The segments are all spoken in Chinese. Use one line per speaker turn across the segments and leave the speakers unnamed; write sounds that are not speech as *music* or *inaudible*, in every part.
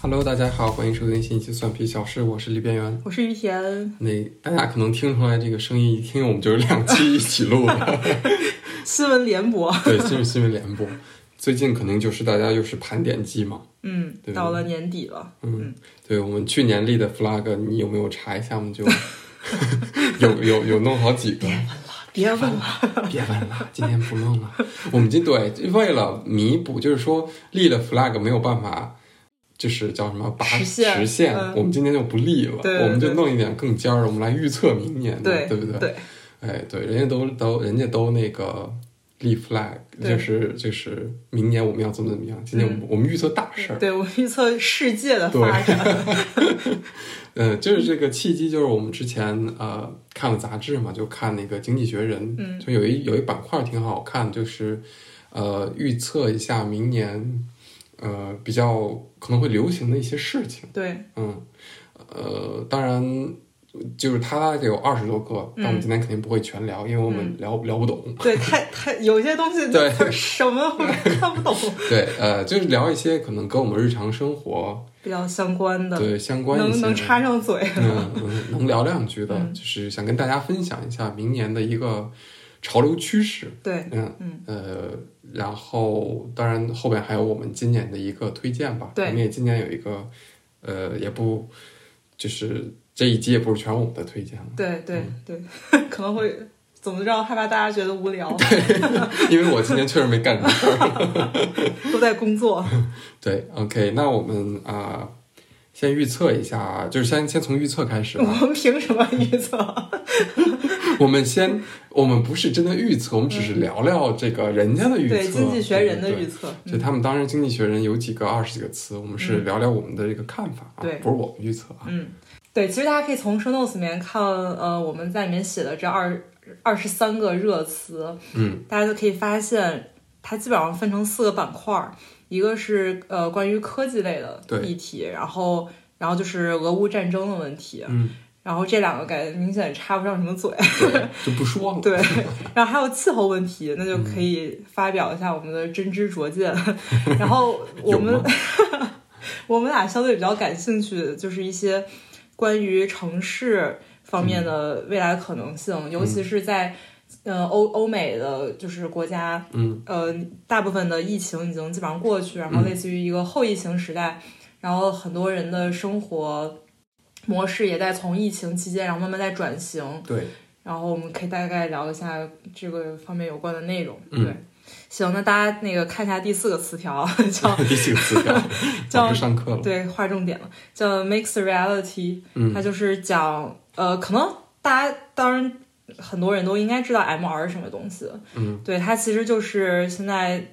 Hello，大家好，欢迎收听新一期《蒜皮小事》，我是李边缘。
我是于田，
那大家可能听出来这个声音，一听我们就是两期一起录的。
新闻联播。
对，新闻新闻联播，最近可能就是大家又是盘点季嘛。
嗯
对，
到了年底了，
嗯，对我们去年立的 flag，你有没有查一下？我们就 *laughs* 有有有弄好几个。
别问了。
别问了，今天不弄了。 *laughs* 我们今对为了弥补，就是说立了 flag 没有办法，就是叫什么把
实现嗯
我们今天就不立了，
对对
我们就
对
弄一点更尖儿，我们来预测明年的，
对
*laughs* 对不对？哎，对，人家都都人家都那个立 flag，
对嗯
就是就是明年我们要怎么怎么样，今年我们、我们预测大事儿，
对，我预测世界的发
*laughs*
展。
嗯，就是这个契机，就是我们之前呃看了杂志嘛，就看那个《经济学人》，
嗯
就有一有一板块挺好看，就是呃预测一下明年呃比较可能会流行的一些事情，
对，
嗯，呃，当然就是它大概有二十多个，但我
嗯
们今天肯定不会全聊，因为我们聊、聊不懂，
对，太太有些东西
对
不是什么我看不懂，
*laughs* 对，呃，就是聊一些可能跟我们日常生活
比较相关的，
对相关一
能
些
能插上嘴。 *laughs*
嗯，嗯能聊两句的，
嗯
就是想跟大家分享一下明年的一个潮流趋势。
对，
嗯
嗯
呃，然后当然后边还有我们今年的一个推荐吧。
对
我们也今年有一个，呃，也不就是这一集也不是全我们的推荐了， *laughs*
对对对， *laughs* 可能会怎么着，害怕大家觉得无聊，
因为我今年确实没干什么事儿。
都在工作。
对，OK，那我们啊、先预测一下，就是先先从预测开
*laughs*
始
我
吧。
们凭什么预测？
我们先，我们不是真的预测，我们只是聊聊这个人家的预测，
对，《经济学人》的
对对
预测，
就他们当时《经济学人》有几个二十几个词，我们是聊聊我们的这个看法啊，
嗯对
不是我们预测啊。
嗯，对，其实大家可以从 show notes 里面看，呃，我们在里面写的这二二十三个热词，
嗯，
大家就可以发现，它基本上分成四个板块儿，一个是呃关于科技类的
对
议题，然后然后就是俄乌战争的问题，
嗯，
然后这两个感觉明显插不上什么嘴，
对，就不说了。 *laughs* 嗯
对，然后还有气候问题，那就可以发表一下我们的真知灼见。 *laughs* 然后我
有
们
吗
*laughs* 我们俩相对比较感兴趣的就是一些关于城市方面
嗯
的未来可能性，尤其是在呃欧欧美的就是国家，
嗯，
呃，大部分的疫情已经基本上过去，然后类似于一个后疫情时代，然后很多人的生活。模式也在从疫情期间，然后慢慢在转型，
对，
然后我们可以大概聊一下这个方面有关的内容。
嗯
对，行，那大家那个看一下第四个词条， *laughs*
*laughs*
叫
第几个词
*laughs*
条？
叫
老师上课了。
哦对划重点了，叫 mixed reality，、
嗯
它就是讲呃，可能大家当然很多人都应该知道 MR 是什么东西，
嗯，
对，它其实就是现在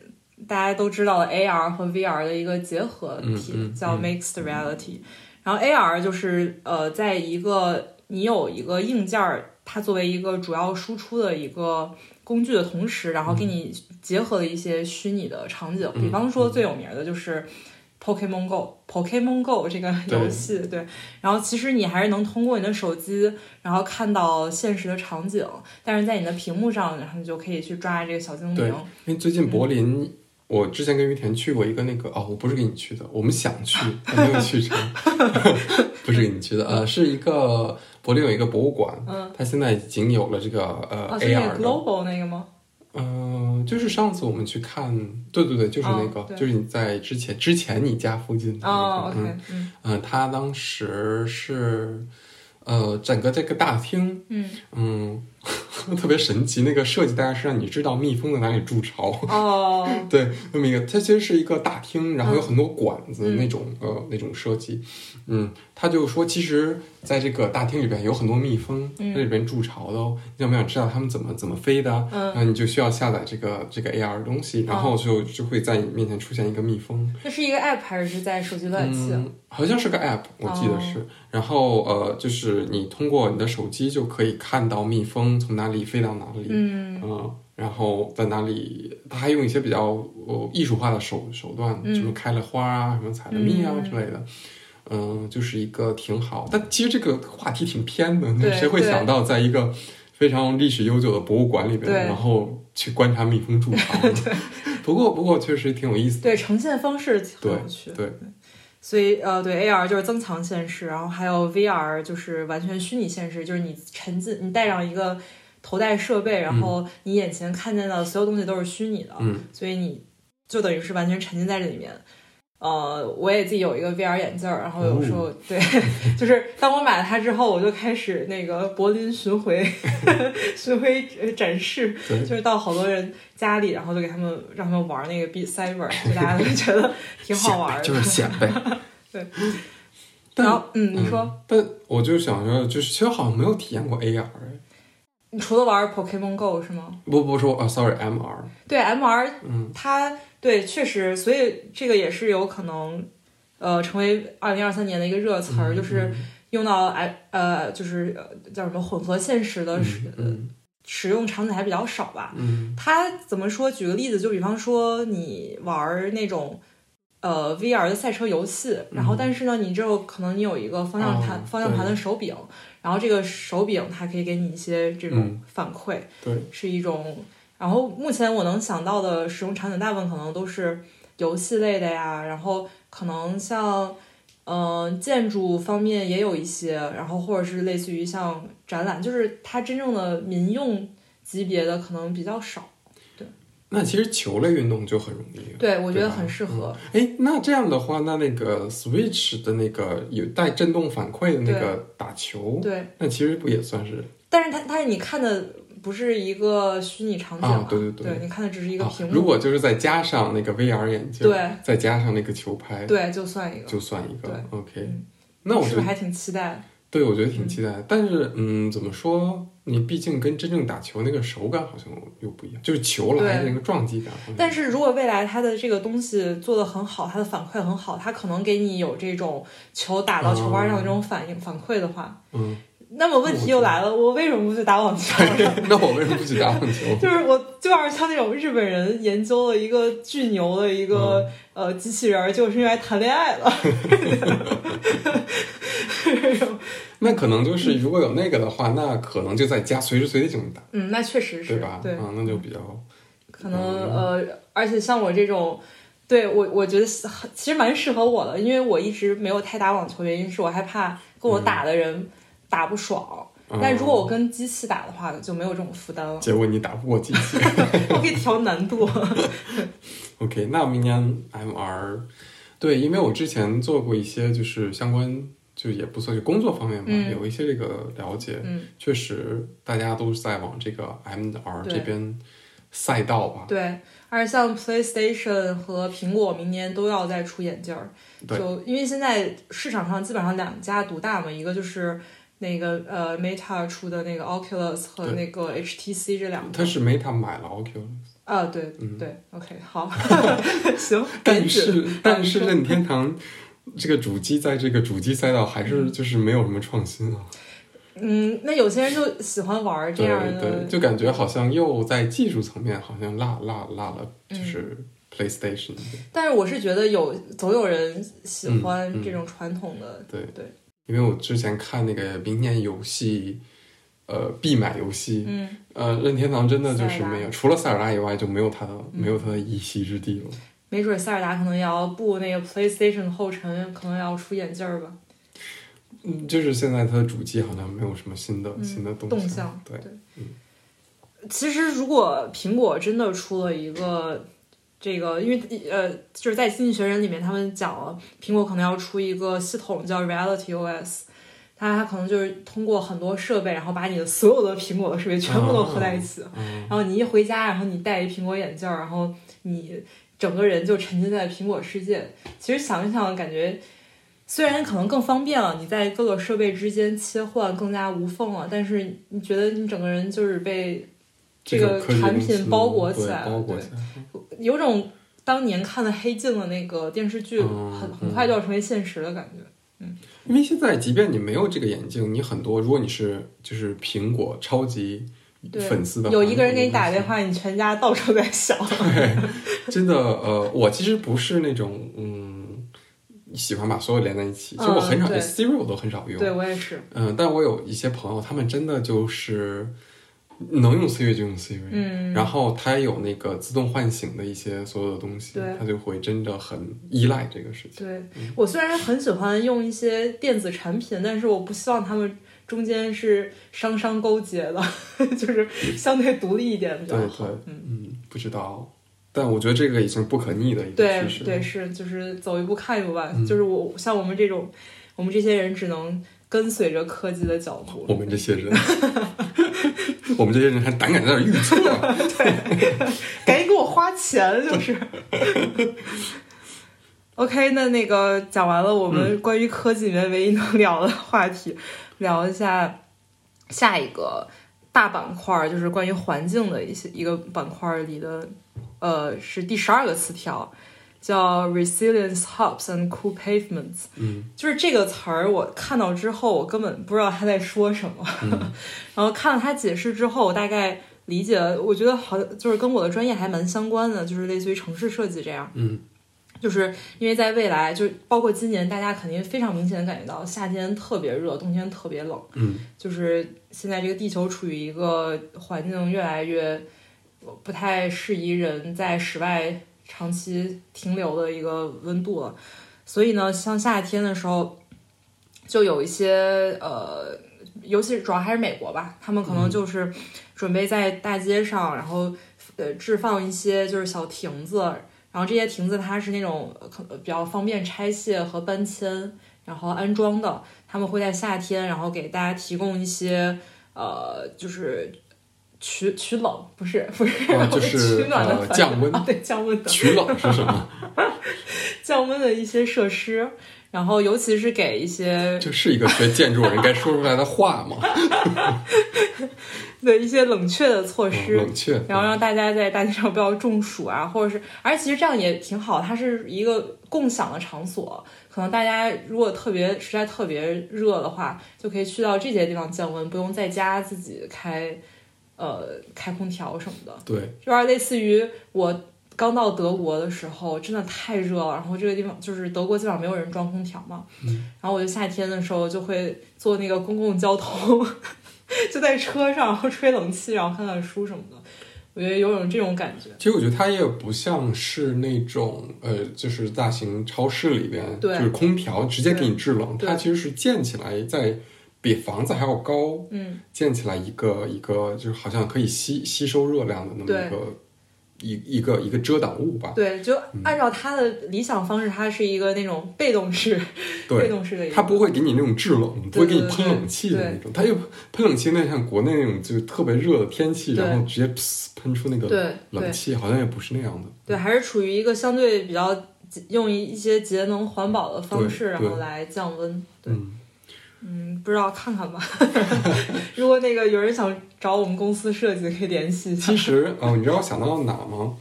大家都知道的 AR 和 VR 的一个结合体，
嗯嗯
叫
嗯
mixed reality。然后 AR 就是呃，在一个你有一个硬件儿，它作为一个主要输出的一个工具的同时，然后给你结合了一些虚拟的场景，
嗯
比方说最有名的就是。Pokemon Go，Pokemon Go 这个
对
游戏，对，然后其实你还是能通过你的手机，然后看到现实的场景，但是在你的屏幕上，然后你就可以去抓这个小精
对
灵。
因为最近
嗯
柏林，我之前跟于田去过一个那个哦，我不是给你去的，我们想
*laughs*
去，但没有去成， *laughs* 不是给你去的，呃，是一个柏林有一个博物馆，
嗯，
它现在已经有了这个呃
哦，是那
AR
个
的
Global 那个吗？
嗯，就是上次我们去看，对对对，就是那个，
哦对
就是你在之前之前你家附近的那
哦
个，
，OK，
嗯
嗯
嗯，他当时是，呃，整个这个大厅，
嗯，
嗯， *laughs* 特别神奇，那个设计大概是让你知道蜜蜂在哪里筑巢，
哦，
对，那么一个，它其实是一个大厅，然后有很多管子、
嗯
那种呃那种设计，嗯，他就说其实在这个大厅里边有很多蜜蜂在
嗯
里边筑巢的哦，你想不想知道它们怎么怎么飞的啊？
嗯
那你就需要下载这个这个 AR 的东西，然后就就会在你面前出现一个蜜蜂，
这是一个 app 还是在手机浏览器？
嗯，好像是个 app，我记
哦
得是，然后呃就是你通过你的手机就可以看到蜜蜂从哪里飞到哪里，
嗯
嗯，然后在哪里，他还用一些比较呃艺术化的手手段，
嗯
什么开了花啊，什么采了蜜啊
嗯
之类的，嗯、就是一个挺好。但其实这个话题挺偏的，
对
谁会想到在一个非常历史悠久的博物馆里边，
对
然后去观察
*laughs*
蜜蜂筑巢呢？不过不过确实挺有意思的。
对，呈现方式很
对
有趣。
对，
所以呃，对 AR 就是增强现实，然后还有 VR 就是完全虚拟现实，就是你沉浸，你戴上一个头戴设备，然后你眼前看见的所有东西都是虚拟的，
嗯
所以你就等于是完全沉浸在这里面。呃，我也自己有一个 VR 眼镜儿，然后有时
哦
候、对， *laughs* 就是当我买了它之后，我就开始那个柏林巡回 *laughs* 巡回呃展示，
对
就是到好多人家里，然后就给他们让他们玩那个 Beat Saber，就大家都觉得挺好玩
显摆
的，
就是显摆。
*laughs*
*laughs* 但
然后，嗯，你说，
嗯但我就想说，就是其实好像没有体验过 AR，哎
你除了玩 Pokemon Go 是吗？
不不说啊，sorry，MR，
对，MR
嗯，
它对确实，所以这个也是有可能，呃，成为二零二三年的一个热词
嗯
儿，就是用到哎呃，就是呃叫什么混合现实的使、
嗯嗯
使用场景还比较少吧。
嗯
它怎么说？举个例子，就比方说你玩儿那种。呃，VR 的赛车游戏，然后但是呢，你这有可能你有一个方向盘、
哦
方向盘
对
的手柄，然后这个手柄它可以给你一些这种
嗯
反馈，
对，
是一种。然后目前我能想到的使用场景大部分可能都是游戏类的呀，然后可能像嗯、呃建筑方面也有一些，然后或者是类似于像展览，就是它真正的民用级别的可能比较少。
那其实球类运动就很容易。
对，我觉得
对吧
很适合。
哎，那这样的话，那那个 Switch 的那个有带震动反馈的那个打球，
对，
那其实不也算是
但是它它你看的不是一个虚拟场景嘛、
啊对对对
你看的只是一个
啊
屏
如
幕，
果就是再加上那个 VR 眼镜，
对，
再加上那个球拍，，
对，就算一个。
就算一个 OK
嗯。
那我
是
觉
不
得
是还挺期待的？
对，我觉得挺期待的。但是，嗯，怎么说？你毕竟跟真正打球那个手感好像又不一样，就是球来的那个撞击感好像。
但是如果未来它的这个东西做得很好，它的反馈很好，它可能给你有这种球打到球拍上的这
啊
种反应、反馈的话，
嗯，
那么问题又来了，我为什么不去打网球呢？
嗯 *laughs* 那我为什么不去打网球？
*laughs* 就是我就要是像那种日本人研究了一个巨牛的一个、
嗯
呃机器人儿，就是因为谈恋爱了，
那可能就是如果有那个的话，那可能就在家随时随地就能打，
嗯，那确实是
对吧？
对
啊，那就比较
可能呃，而且像我这种，对我我觉得是很其实蛮适合我的，因为我一直没有太打网球，原因是我害怕跟我打的人打不爽。
嗯
但如果我跟机器打的话，就没有这种负担
*laughs*，
了
结果你打不过机器。
我可以调难度。 *laughs*
OK，那明年 MR，对，因为我之前做过一些就是相关，就也不算是工作方面吧，
嗯
有一些这个了解，
嗯，
确实大家都是在往这个 MR
对
这边赛道吧，
对。而且像 PlayStation 和苹果明年都要再出眼镜儿，
对
就因为现在市场上基本上两家独大嘛，一个就是那个呃 Meta 出的那个 Oculus 和
对
那个 HTC 这两个，
他是 Meta 买了
*laughs*
OQ，
啊，对、
嗯
对，OK，好，
*laughs*
行。
但
别指
是但是
你说
任天堂这个主机在这个主机赛道还是就是没有什么创新啊，
嗯，那有些人就喜欢玩儿这
对
样
对，
的，
就感觉好像又在技术层面好像落落落了，就是
嗯
PlayStation，、
但是我是觉得有总有人喜欢
嗯嗯
这种传统的，
对
对，
因为我之前看那个明年游戏，呃，必买游戏，
嗯，
呃，任天堂真的就是
塞尔达
没有，除了塞尔达以外就没有它的、没有它的一席之地了。
没准塞尔达可能也要步那个 PlayStation 的后尘，可能也要出眼镜儿吧。
嗯，就是现在它的主机好像没有什么新的、新的
嗯
动
动
向，
向
对，嗯
其实如果苹果真的出了一个这个，因为呃，就是在《经济学人》里面他们讲了，苹果可能要出一个系统叫 Reality OS。它它可能就是通过很多设备，然后把你的所有的苹果的设备全部都合在一起，
嗯，
然后你一回家，然后你戴一苹果眼镜儿，然后你整个人就沉浸在苹果世界。其实想一想，感觉虽然可能更方便了，你在各个设备之间切换更加无缝了，但是你觉得你整个人就是被这个
科技
产
公司
品包裹起
对
来了
包裹
对
起来了。
有种当年看的《黑镜》的那个电视剧，
嗯
很很快就要成为现实的感觉。
因为现在即便你没有这个眼镜，你很多，如果你是就是苹果超级
对
粉丝的话，
有一个人给你
那
打
个
电话，你全家到处在响。
真的，呃，我其实不是那种嗯喜欢把所有连在一起，就我很少、
嗯 *laughs* 对
Siri 我都很少用，
对我也是，
嗯，但我有一些朋友，他们真的就是，能用 Siri 就用 Siri，
嗯，
然后它有那个自动唤醒的一些所有的东西
对，
它就会真的很依赖这个事情。
对我虽然很喜欢用一些电子产品，但是我不希望他们中间是商商勾结的， *laughs* 就是相对独立一点比较
对
好
对。，
嗯，
嗯，不知道，但我觉得这个已经不可逆的一个
对
趋势。
对，是，就是走一步看一步吧。
嗯
就是我像我们这种，我们这些人只能跟随着科技的脚步。
我们这些人， *laughs* 我们这些人还胆敢在那儿预测、
*laughs* 赶紧给我花钱，就是。OK，那那个讲完了我们关于科技里面唯一能聊的话题，聊一下下一个大板块儿，就是关于环境的一些一个板块儿里的，呃，是第十二个词条，叫 resilience hubs and cool pavements。
嗯
就是这个词儿，我看到之后，我根本不知道他在说什么。
嗯
*laughs* 然后看了他解释之后，我大概理解，我觉得好，就是跟我的专业还蛮相关的，就是类似于城市设计这样。
嗯
就是因为在未来，就是包括今年，大家肯定非常明显的感觉到夏天特别热，冬天特别冷。
嗯
就是现在这个地球处于一个环境越来越不太适宜人在室外长期停留的一个温度了，所以呢，像夏天的时候，就有一些呃，尤其是主要还是美国吧，他们可
嗯
能就是准备在大街上，然后呃置放一些就是小亭子，然后这些亭子它是那种呃可比较方便拆卸和搬迁，然后安装的，他们会在夏天，然后给大家提供一些呃，就是取取冷，不是不 *laughs* 是，
啊就是
取暖的
呃
反应、
降温
啊，对降
*laughs*
温的
取冷是什么？ *laughs*
降温的一些设施，然后尤其是给一些
这是一个学建筑人该说出来的
*laughs*
话吗？
对一些冷却的措施，
嗯冷却，
然后让大家在大街上不要中暑啊，或者是，而且其实这样也挺好，它是一个共享的场所。可能大家如果特别实在特别热的话，就可以去到这些地方降温，不用在家自己开，呃，开空调什么的。
对，
有点类似于我刚到德国的时候，真的太热了。然后这个地方就是德国基本上没有人装空调嘛，
嗯
然后我就夏天的时候就会坐那个公共交通， *laughs* 就在车上，然后吹冷气，然后看看书什么的。我觉得有种这种感觉，
其实我觉得它也不像是那种呃，就是大型超市里边，就
对
是空调直接给你制冷，
对
它其实是建起来在比房子还要高，
嗯，
建起来一个一个就是好像可以吸吸收热量的那么一个一一个一个遮挡物吧。
对，就
嗯
按照他的理想方式，他是一个那种被动式、被
对，
动式的一个，
它不会给你那种制冷，不会给你
对对
喷冷气的那种。它又喷冷气那像国内那种就是特别热的天气，
对
然后直接噗喷出那个
对对
冷气，好像也不是那样的。
对，还是处于一个相对比较节用一一些节能环保的方式，
对
然
对
后来降温，对。
嗯，
嗯，不知道看看吧。 *laughs* 如果那个有人想找我们公司设计，可以联系一下
其。实，哦，你知道我想到哪儿吗？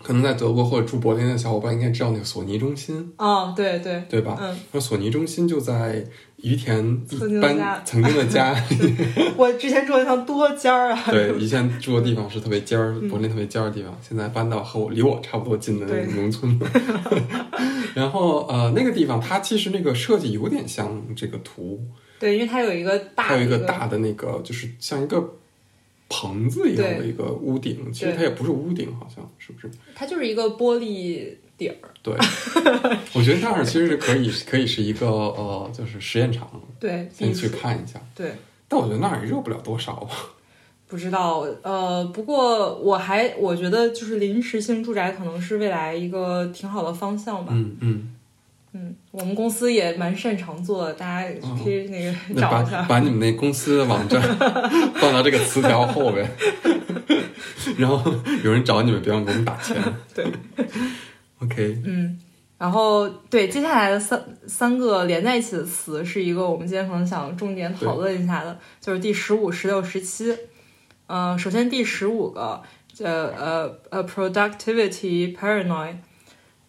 可能在德国或者住柏林的小伙伴应该知道那个索尼中心，
哦，对对，
对吧？
嗯，
那索尼中心就在于田
曾经
一
的家
般曾经
*laughs*
的家里，
我之前住的地方多尖儿啊。
对，以前住的地方是特别尖儿，柏林特别尖儿的地方，现在搬到和我离我差不多近的那
嗯对
个农村了。 *laughs* 然后呃，那个地方它其实那个设计有点像这个图，
对，因为它有一个大
它
的
有一
个
个大的那个就是像一个棚子一样的
对
一个屋顶，其实
对
它也不是屋顶，好像是不是？
它就是一个玻璃底儿。
对， *laughs* 我觉得那儿其实是可以可以是一个呃，就是实验场，
对，
先
避
去
暑。
看一下。
对，
但我觉得那儿也热不了多少吧。
不知道。呃，不过我还我觉得就是临时性住宅可能是未来一个挺好的方向吧。
嗯嗯，
嗯，我们公司也蛮擅长做的，大家可以那个
嗯那
找
把
一下。
把你们那公司的网站 *laughs* 放到这个词条后边， *laughs* 然后有人找你们，别忘给我们打钱。
对
*laughs* ，OK，
嗯，然后对接下来的三三个连在一起的词，是一个我们今天可能想重点讨论一下的，就是第十五、十六、十七。嗯，首先第十五个，呃呃呃，productivity paranoid，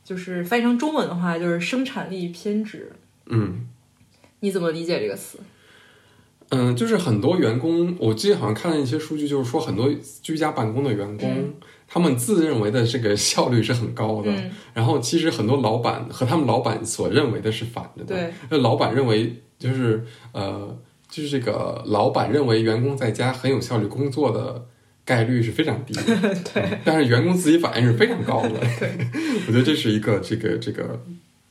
就是翻译成中文的话，就是生产力偏执。
嗯
你怎么理解这个词？
嗯，就是很多员工，我记得好像看了一些数据，就是说很多居家办公的员工，
嗯
他们自认为的这个效率是很高的，
嗯，
然后其实很多老板和他们老板所认为的是反着的。
对，
那老板认为就是呃，就是这个老板认为员工在家很有效率工作的概率是非常低的，
*laughs*
对，但是员工自己反应是非常高的。 *laughs* 我觉得这是一个这个这个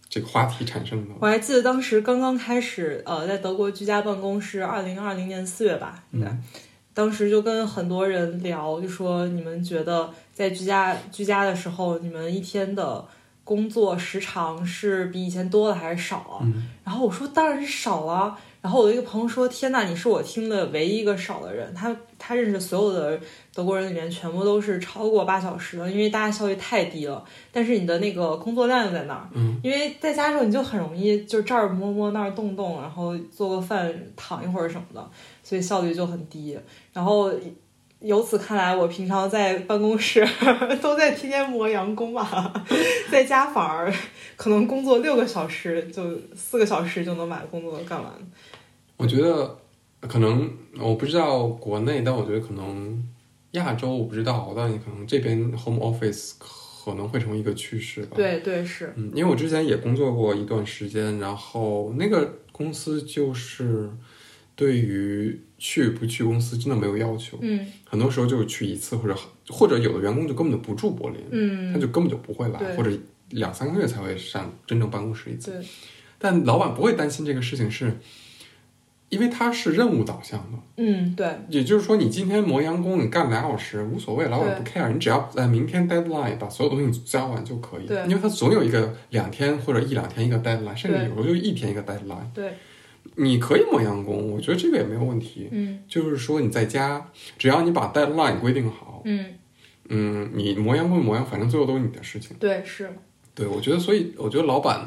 这个话题产生的。
我还记得当时刚刚开始，呃，在德国居家办公是二零二零年四月吧，对，当时就跟很多人聊，就说你们觉得在居家居家的时候，你们一天的工作时长是比以前多了还是少啊？然后我说当然是少啊。然后我的一个朋友说：“天呐，你是我听的唯一一个少的人。他他认识所有的德国人里面，全部都是超过八小时的，因为大家效率太低了。但是你的那个工作量又在那儿，
嗯，
因为在家的时候你就很容易就这儿摸摸那儿动动，然后做个饭躺一会儿什么的，所以效率就很低。然后由此看来，我平常在办公室 *laughs* 都在天天磨洋工吧， *laughs* 在家反而可能工作六个小时就四个小时就能把工作干完。”
我觉得可能呃我不知道国内，但我觉得可能亚洲我不知道，但可能这边 home office 可能会成为一个趋势吧。
对对是，
嗯，因为我之前也工作过一段时间，然后那个公司就是对于去不去公司真的没有要求，
嗯
很多时候就是去一次或者或者有的员工就根本就不住柏林，
嗯，
他就根本就不会来，
对
或者两三个月才会上真正办公室一次。
对，
但老板不会担心这个事情是，因为他是任务导向的，
嗯对
也就是说，你今天磨洋工，你干俩小时无所谓，老板不 care，你只要在明天 deadline 把所有东西交完就可以。
对
因为他总有一个两天或者一两天一个 deadline，甚至
对
有时候就一天一个 deadline。
对，
你可以磨洋工，我觉得这个也没有问题。
嗯
就是说你在家，只要你把 deadline 规定好，
嗯
嗯，你磨洋工磨洋，反正最后都是你的事情。
对是，
对，我觉得，所以我觉得老板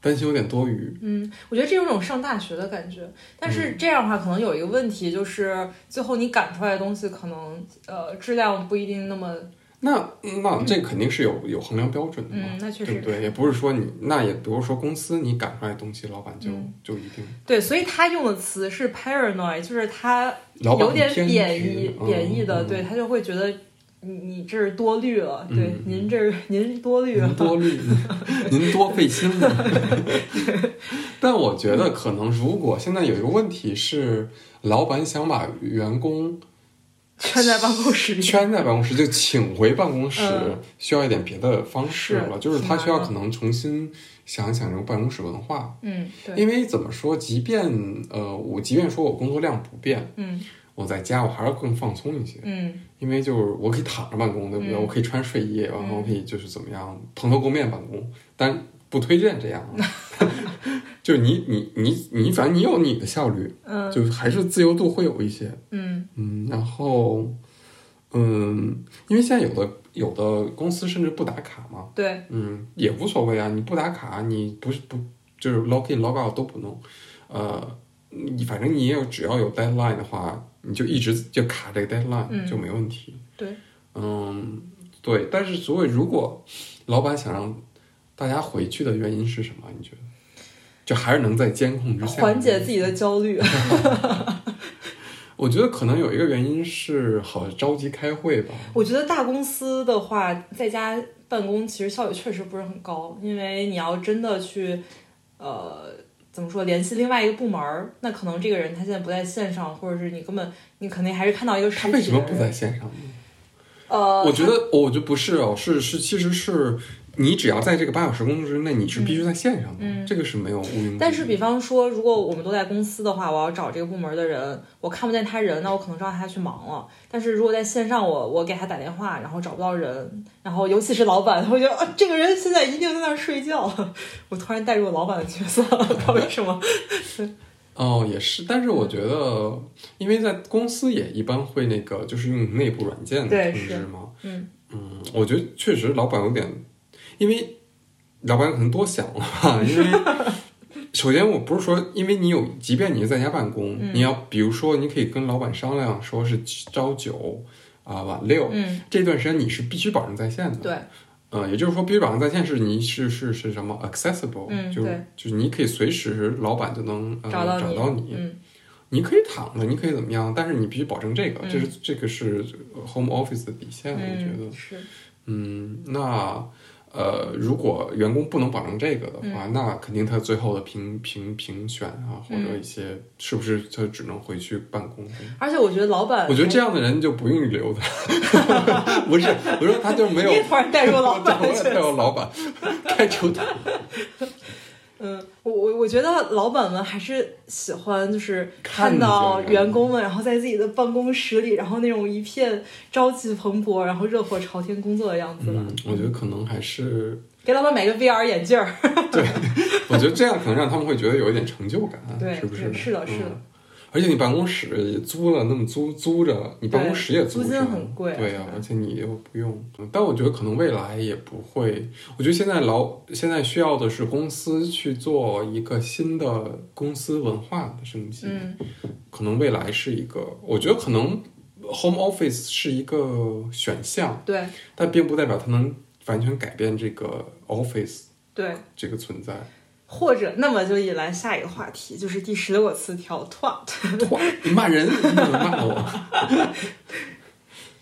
担心有点多余。
嗯，我觉得这有种上大学的感觉，但
嗯
是这样的话可能有一个问题，就是最后你赶出来的东西可能呃质量不一定那么，
那嗯那这肯定是有有衡量标准的嘛。
嗯嗯，那确
对
实
不对？也不是说你，那也比如说公司你赶出来东西，老板就、
嗯
就一定，
对，所以他用的词是 paranoid，就是他
老板
有点
很偏
贬
执
义贬义的，，对
嗯
他就会觉得。你你这是多虑了，对，
嗯嗯
您这是您多虑
嗯
了
您，多虑，您多费心了。 *laughs* 但我觉得可能，如果现在有一个问题是，老板想把员工
圈在办公室里，
圈在办公室，就请回办公室，
嗯
需要一点别的方式了，
是
就是他需要
挺难的
可能重新想一想这种办公室文化。
嗯，对，
因为怎么说，即便呃，我即便说我工作量不变，
嗯
我在家我还是更放松一些，
嗯
因为就是我可以躺着办公，对不对？
嗯
我可以穿睡衣，然后我可以就是怎么样蓬头垢面办公，但不推荐这样
*laughs*
啊。就是你你你你，反正你有你的效率，
嗯
就还是自由度会有一些，
嗯
嗯，然后嗯，因为现在有的有的公司甚至不打卡嘛，
对，
嗯，也无所谓啊，你不打卡，你不是不就是 log in log out 都不弄，呃，你反正你也有只要有 deadline 的话，你就一直就卡这个 deadline、
嗯
就没问题。
对，
嗯，对，但是所以如果老板想让大家回去的原因是什么？你觉得？就还是能在监控之下
缓解自己的焦虑。
我觉得可能有一个原因是好着急开会吧。
我觉得大公司的话，在家办公其实效率确实不是很高，因为你要真的去，呃，怎么说联系另外一个部门儿，那可能这个人他现在不在线上，或者是你根本你肯定还是看到一个实
他
体。
为什么不？在线上呢？
呃，
我觉得，我觉得不是哦，是是，其实是你只要在这个八小时工作之内，你是必须在线上的，
嗯
这个是没有毋庸置疑。
但是，比方说，如果我们都在公司的话，我要找这个部门的人，我看不见他人，那我可能让他去忙了。但是如果在线上我，我给他打电话，然后找不到人，然后尤其是老板，他会觉得啊，这个人现在一定在那儿睡觉。 *laughs* 我突然带入了老板的角色，不知道为什么。
哦，也是，但是
嗯
我觉得，因为在公司也一般会那个，就是用内部软件
对
通知
是
嘛。
嗯
嗯，我觉得确实老板有点，因为老板可能多想了吧，因为。
*laughs*
首先，我不是说，因为你有，即便你是在家办公，
嗯
你要比如说，你可以跟老板商量，说是朝九啊、晚六、
嗯，
这段时间，你是必须保证在线的。
对，
呃，也就是说，必须保障在线是你是是是什么 accessible，、
嗯
就
对
就是你可以随时老板就能、呃、
找
找
到你，
你
嗯
你可以躺着，你可以怎么样，但是你必须保证这个，
嗯
这是呃这个是 home office 嗯的底线，我觉
嗯
得，
是，
嗯，那呃，如果员工不能保证这个的话，
嗯
那肯定他最后的评评评选啊，或者
嗯
一些是不是他只能回去办公？
而且我觉得老板，
我觉得这样的 *laughs* 人就不用留他。不是，我说他就没有
你也突然带入老
*laughs*
板
我
的
也
角
带
色。
有老板开除他。
嗯，我我我觉得老板们还是喜欢就是
看
看到
见
员工们，然后在自己的办公室里，然后那种一片朝气蓬勃，然后热火朝天工作的样子吧。
嗯，我觉得可能还是，
给老板买个 VR 眼镜儿，
我觉得这样可能让他们会觉得有一点成就感，啊
对
是不
对是的
嗯
是的
而且你办公室也租了，那么租租着，你办公室也
对租
着，
金很贵啊
对呀、
是的
而且你又不用。嗯但我觉得可能未来也不会，我觉得现在劳现在需要的是公司去做一个新的公司文化的升级，
嗯
可能未来是一个，我觉得可能 home office 是一个选项，
对
但并不代表它能完全改变这个 office
对，
这个存在。
或者那么就引来下一个话题，就是第十六个词条 twat。
哇，你骂人，你怎么骂我？
*laughs*
*laughs*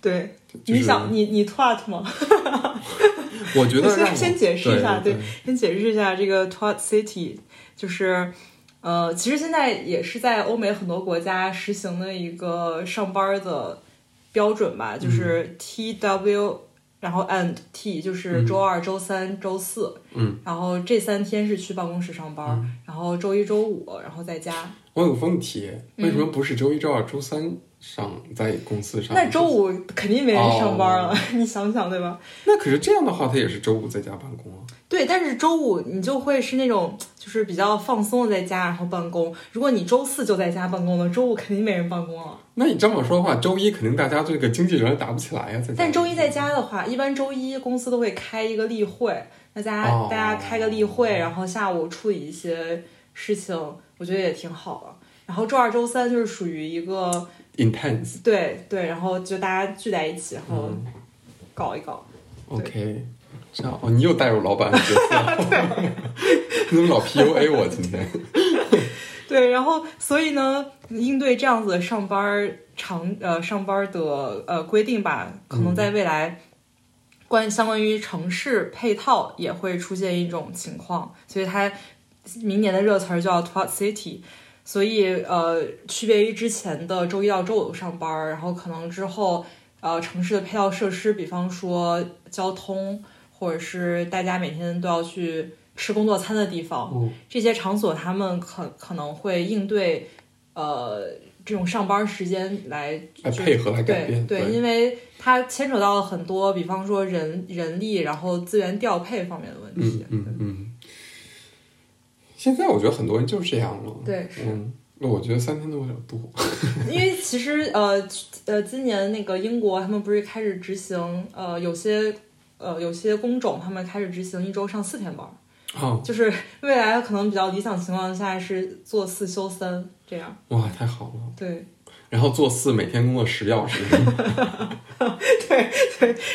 对，
就是
你想你你 twat 吗？
我觉得
先
让我
先解释一下
对
对先解释一下这个 Twat City，就是呃，其实现在也是在欧美很多国家实行的一个上班的标准吧，就是
嗯
T W，、然后 and T 就是周二、周三、周四，
嗯，
然后这三天是去办公室上班，然后周一周五然后在家。
我有个问题，为什么不是周一、周二、周三上在公司
嗯
上？
那周五肯定没人上班
哦
了，你想想对吧？
那可是这样的话，他也是周五在家办公啊。
对，但是周五你就会是那种就是比较放松的在家然后办公。如果你周四就在家办公了，周五肯定没人办公了。
那你这么说的话，周一肯定大家这个经济人打不起来呀、在家。
但周一在家的话，一般周一公司都会开一个例会，那大家、
哦
大家开个例会，然后下午处理一些事情，我觉得也挺好的。然后周二、周三就是属于一个
intense。
对对，然后就大家聚在一起，然后搞一搞。
OK，这样哦，你又带入老板的角
*laughs*
色， *laughs* 你怎么老 PUA 我今天？
对，然后所以呢，应对这样子的上班儿长呃上班儿的呃规定吧，可能在未来关相关于城市配套也会出现一种情况，所以它明年的热词儿叫 Twat City。所以呃，区别于之前的周一到周五上班儿，然后可能之后呃城市的配套设施，比方说交通，或者是大家每天都要去吃工作餐的地方，
嗯
这些场所他们可可能会应对呃这种上班时间来
来
就
配合来改变。
对对，因为它牵扯到了很多，比方说人人力，然后资源调配方面的问
嗯
题。
嗯嗯。现在我觉得很多人就是这样了。
对，
嗯，那我觉得三天都有点多。
因为其实呃呃，今年那个英国他们不是开始执行呃有些呃有些工种他们开始执行一周上四天班儿，
哦，
就是未来可能比较理想情况下是做四休三这样。
*laughs* 哇，太好了。
对，
然后做四，每天工作十小时。 *laughs*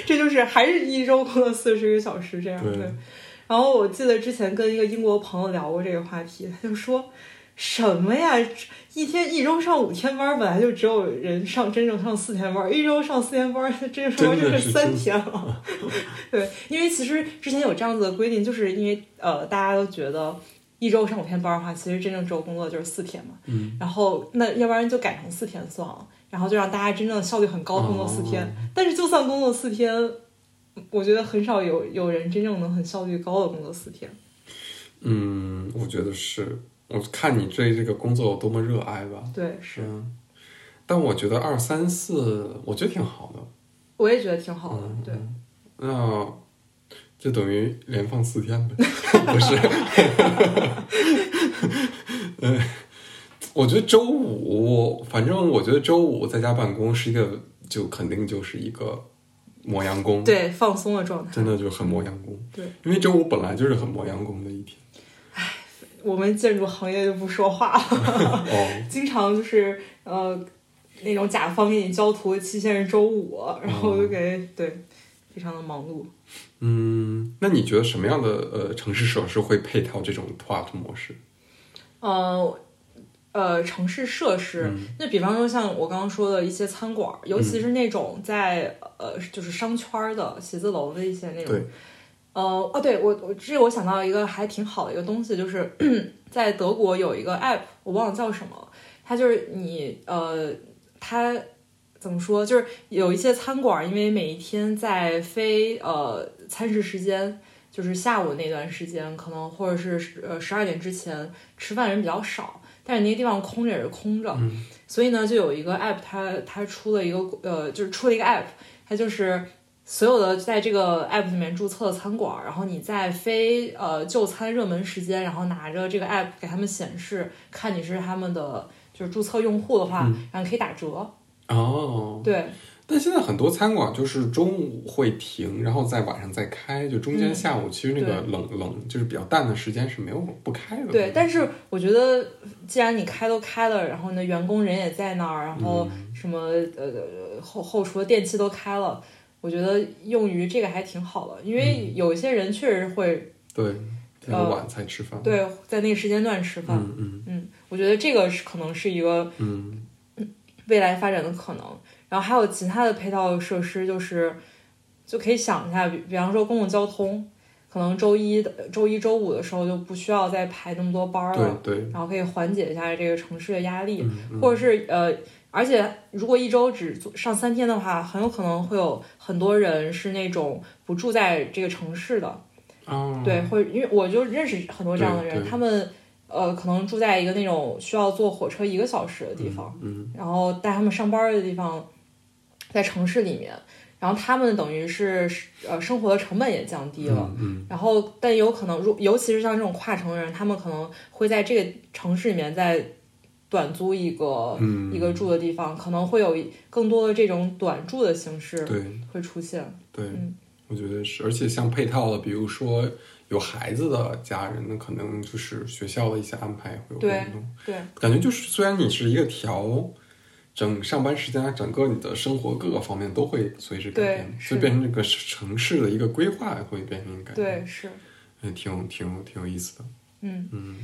这就是还是一周工作四十个小时这样
对
然后我记得之前跟一个英国朋友聊过这个话题，他就说什么呀，一天一周上五天班，本来就只有人上真正上四天班，一周上四天班，这说
真
就
的
是
是
三天了。 *laughs* 对，因为其实之前有这样子的规定，就是因为呃大家都觉得。一周上五天班的话，其实真正只有工作就是四天嘛。
嗯，
然后那要不然就改成四天算了，然后就让大家真正效率很高工作四天。
哦
但是就算工作四天，我觉得很少有有人真正能很效率高的工作四天。
嗯，我觉得是，我看你对这个工作有多么热爱吧。
对，是，
嗯，但我觉得二三四，我觉得挺好的。
我也觉得挺好的。
嗯，
对，
那就等于连放四
*laughs*
天呗？不是？ *laughs* 嗯，我觉得周五，反正我觉得周五在家办公是一个，就肯定就是一个磨洋工。，
对，放松的状态
真。的就很磨洋工。
对，
因为周五本来就是很磨洋工的一
*laughs*
天。
我们建筑行业就不说话了，
哦，
经常就是呃，那种甲方给你交图的期限是周五，然后
哦
我就给、对，非常的忙碌。
嗯，那你觉得什么样的呃城市设施会配套这种 TWAT 模式？
呃呃，城市设施，那比方说像我刚刚说的一些餐馆儿，尤其是那种在、呃就是商圈儿的写字楼的一些那种
对，
呃，哦，对我我这我想到一个还挺好的一个东西，就是 *clears throat* 在德国有一个 app，我忘了叫什么了，它就是你呃，它怎么说，就是有一些餐馆，因为每一天在非呃餐食时间。就是下午那段时间，可能或者是呃十二点之前吃饭人比较少，但是那个地方空着也是空着，
嗯
所以呢，就有一个 app，它它出了一个呃，就是出了一个 app，它就是所有的在这个 app 里面注册的餐馆，然后你在非呃就餐热门时间，然后拿着这个 app 给他们显示，看你是他们的就是注册用户的话，然后可以打折。
哦，
对，
但现在很多餐馆就是中午会停，然后在晚上再开，就中间
嗯
下午其实那个冷、冷就是比较淡的时间是没有不开 *laughs* 的。
对，但是我觉得，既然你开都开了，然后你的员工人也在那儿，然后
嗯
什么、呃后后厨的电器都开了，我觉得用于这个还挺好的，因为
嗯
有一些人确实会、
对，比较
呃
晚才吃饭。
对在那个时间段吃饭。
嗯嗯
嗯，我觉得这个是可能是一个
嗯
未来发展的可能。然后还有其他的配套设施，就是就可以想一下，比比方说公共交通，可能周一的、周一周五的时候就不需要再排那么多班儿了。
对对，
然后可以缓解一下这个城市的压力，
嗯嗯
或者是呃，而且如果一周只做上三天的话，很有可能会有很多人是那种不住在这个城市的，
哦，
对，或者因为我就认识很多这样的
对
人，
对
他们呃可能住在一个那种需要坐火车一个小时的地方，
嗯，
然后带他们上班的地方在城市里面，然后他们等于是呃生活的成本也降低了，
嗯嗯
然后，但有可能，如尤其是像这种跨城的人，他们可能会在这个城市里面再短租一个、
嗯
一个住的地方，可能会有更多的这种短住的形式
对
会出现。
对，
嗯
我觉得是，而且像配套的，比如说有孩子的家人，那可能就是学校的一些安排会有
对
变动。
对
感觉就是虽然你是一个调整上班时间啊，整个你的生活各个方面都会随之改变，
对是
所以变成这个城市的一个规划会变成一个改变，
对，是，
对，挺有挺有挺有意思的，
嗯，
嗯，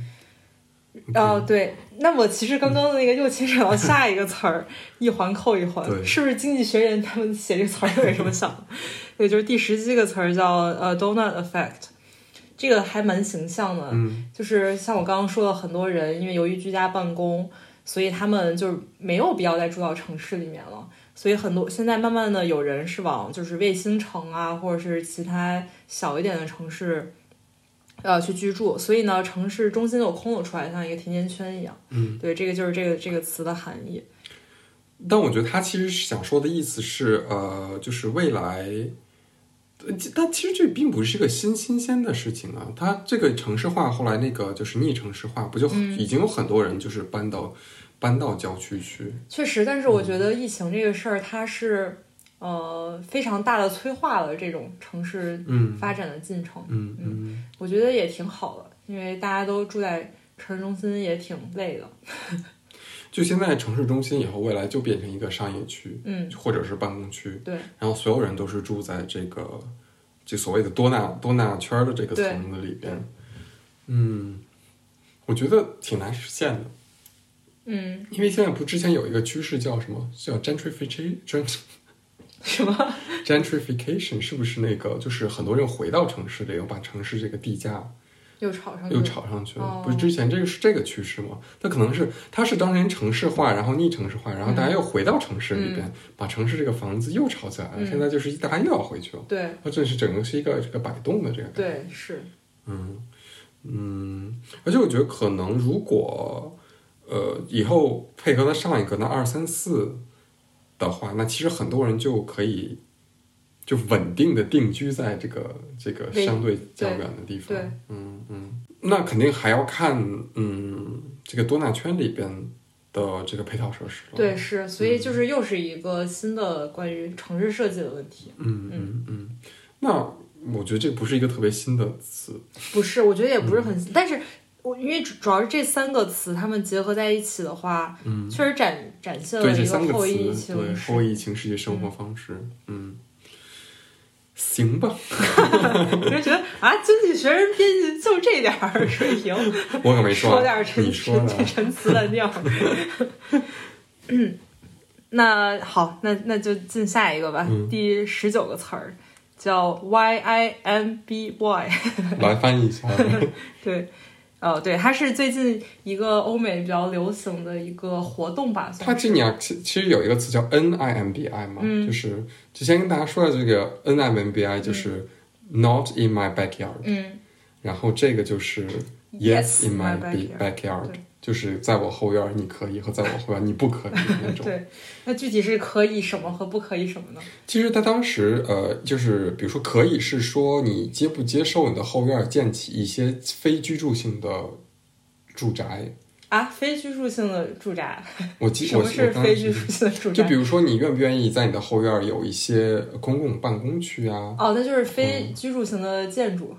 哦，对。那么其实刚刚的那个又牵扯到下一个词儿，一环扣一环，
对
是不是《经济学人》他们写这个词儿又有什么想的？ *laughs* 对，就是第十七个词儿叫呃 donut effect，这个还蛮形象的。
嗯
就是像我刚刚说的，很多人因为由于居家办公，所以他们就是没有必要再住到城市里面了。所以很多现在慢慢的有人是往就是卫星城啊，或者是其他小一点的城市，呃去居住。所以呢，城市中心就空了出来，像一个甜甜圈一样。
嗯。
对，这个就是这个这个词的含义。
但我觉得他其实是想说的意思是，呃，就是未来，呃其但其实这并不是一个新新鲜的事情啊。它这个城市化后来那个就是逆城市化，不就很已经有很多人就是搬到、搬到郊区去？
确实，但是我觉得疫情这个事儿，它是呃非常大的催化了这种城市
嗯
发展的进程。
嗯嗯。
我觉得也挺好的，因为大家都住在城市中心也挺累的。
就现在城市中心以后，未来就变成一个商业区，
嗯，
或者是办公区，
对
然后所有人都是住在这个就所谓的多纳多纳圈儿的这个
对
层子里
对
边。嗯，我觉得挺难实现的，
嗯，
因为现在不之前有一个趋势叫什么？叫 gentrification，
*laughs* 什么？
gentrification 是不是那个？就是很多人回到城市里，又把城市这个地价
又吵上去了？
又炒上去了
哦。
不是之前这个是这个趋势吗？它可能是它是当年城市化，然后逆城市化，然后
嗯
大家又回到城市里边，把城市这个房子又炒起来了。
嗯
现在就是大家又要回去了，
对
它这是整个是一个这个摆动的这个感觉。
对是，
嗯嗯，而且我觉得可能如果呃以后配合它上一个那二三四的话，那其实很多人就可以。就稳定的定居在这个这个
对
相对较远的地方
对对，
嗯嗯，那肯定还要看嗯这个多纳圈里边的这个配套设施了，
对是，所
嗯
以就是又是一个新的关于城市设计的问题。
嗯嗯嗯，那我觉得这不是一个特别新的词，
不是，我觉得也不是
嗯
很，但是我因为主主要是这三个词它们结合在一起的话，
嗯，
确实展展现了
对这
一
三
个
个
后
词，
疫
对
情时
后疫情世界生活方式，嗯，行吧，
*laughs* 我就觉得啊，《经济学人》编辑就这点儿水平，
我可没
说点儿
你
陈
说
陈 *laughs*
的，
陈词滥调。那好，那那就进下一个吧。
嗯
第十九个词儿叫 Y I M B Y， *laughs*
来翻译一下。
对，呃，对，它是最近一个欧美比较流行的一个活动吧，
它
算是。
这年其其实有一个词叫 NIMBI 嘛，
嗯
就是之前跟大家说的这个 NIMBI 就是 Not in my backyard，、
嗯
然后这个就是
Yes,
in
my
b
backyard
backyard，
对
就是在我后院儿你可以和在我后院儿你不可以那种。
对，那具体是可以什么和不可以什么呢？
其实他当时呃，就是比如说可以是说你接不接受你的后院儿建起一些非居住性的住宅。
啊，非居住性的住宅，
我记
什
我
么
记
是
我当
非居
时
住性的住
就
宅
比？如说你愿不愿意在你的后院儿有一些公共办公区啊？
哦，那就是非居住型的建筑、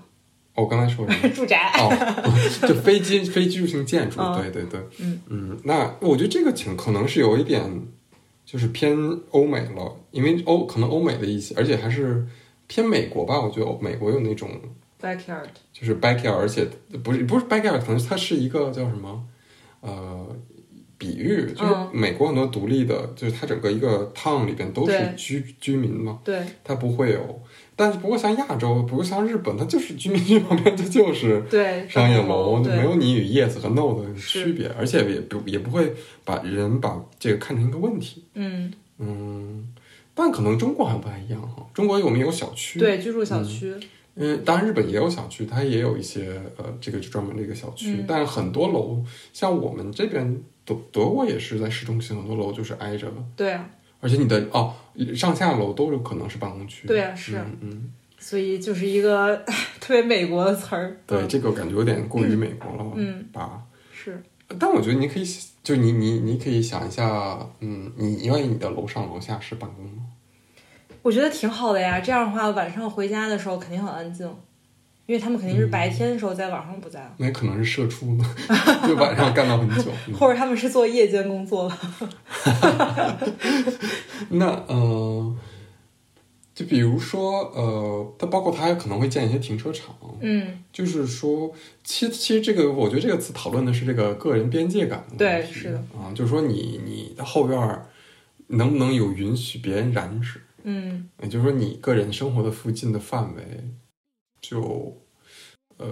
*laughs*
哦我刚才说什么？
住宅。
哦，就非居非居住性建筑，
嗯
对对对，
嗯
那我觉得这个挺可能是有一点，就是偏欧美了，因为欧可能欧美的一些，而且还是偏美国吧。我觉得欧美国有那种
backyard
就是 backyard，而且不是不是 backyard，可能它是一个叫什么，呃，比喻，就是
嗯
美国很多独立的，就是它整个一个 town 里边都是
对
居居民嘛，
对
它不会有。但是不过像亚洲，不过像日本，它就是居民 *laughs* 区旁边，它就是
对
商业楼就
对
没有你与 yes 和 no 的
是
区别，而且也不也不会把人把这个看成一个问题。
嗯
嗯，但可能中国还不太一样哈。中国我们有小区，，
对居住小区
嗯，当然日本也有小区，它也有一些呃，这个就专门的一个小区，
嗯
但很多楼像我们这边德德国也是在市中心，很多楼就是挨着，
对啊
而且你的哦上下楼都有可能是办公区。
对啊是啊
嗯嗯，
所以就是一个 *laughs* 特别美国的词儿
对，
嗯
这个感觉有点过于美国了，
嗯
吧？
是
但我觉得你可以，就你你你可以想一下，嗯，你你万一你的楼上楼下是办公吗？
我觉得挺好的呀这样的话晚上回家的时候肯定很安静，因为他们肯定是
嗯
白天的时候在晚上不在了。
那可能是社畜呢， *laughs* 就晚上干到很久。嗯
或者他们是做夜间工作的，
那呃，就比如说呃，它包括它还可能会建一些停车场，
*laughs* 嗯，
就是说，其其实这个我觉得这个词讨论的是这个个人边界感的
对
问题
是的
啊，就是说你你的后院儿能不能有允许别人染指？
嗯，
也就是说，你个人生活的附近的范围，就呃，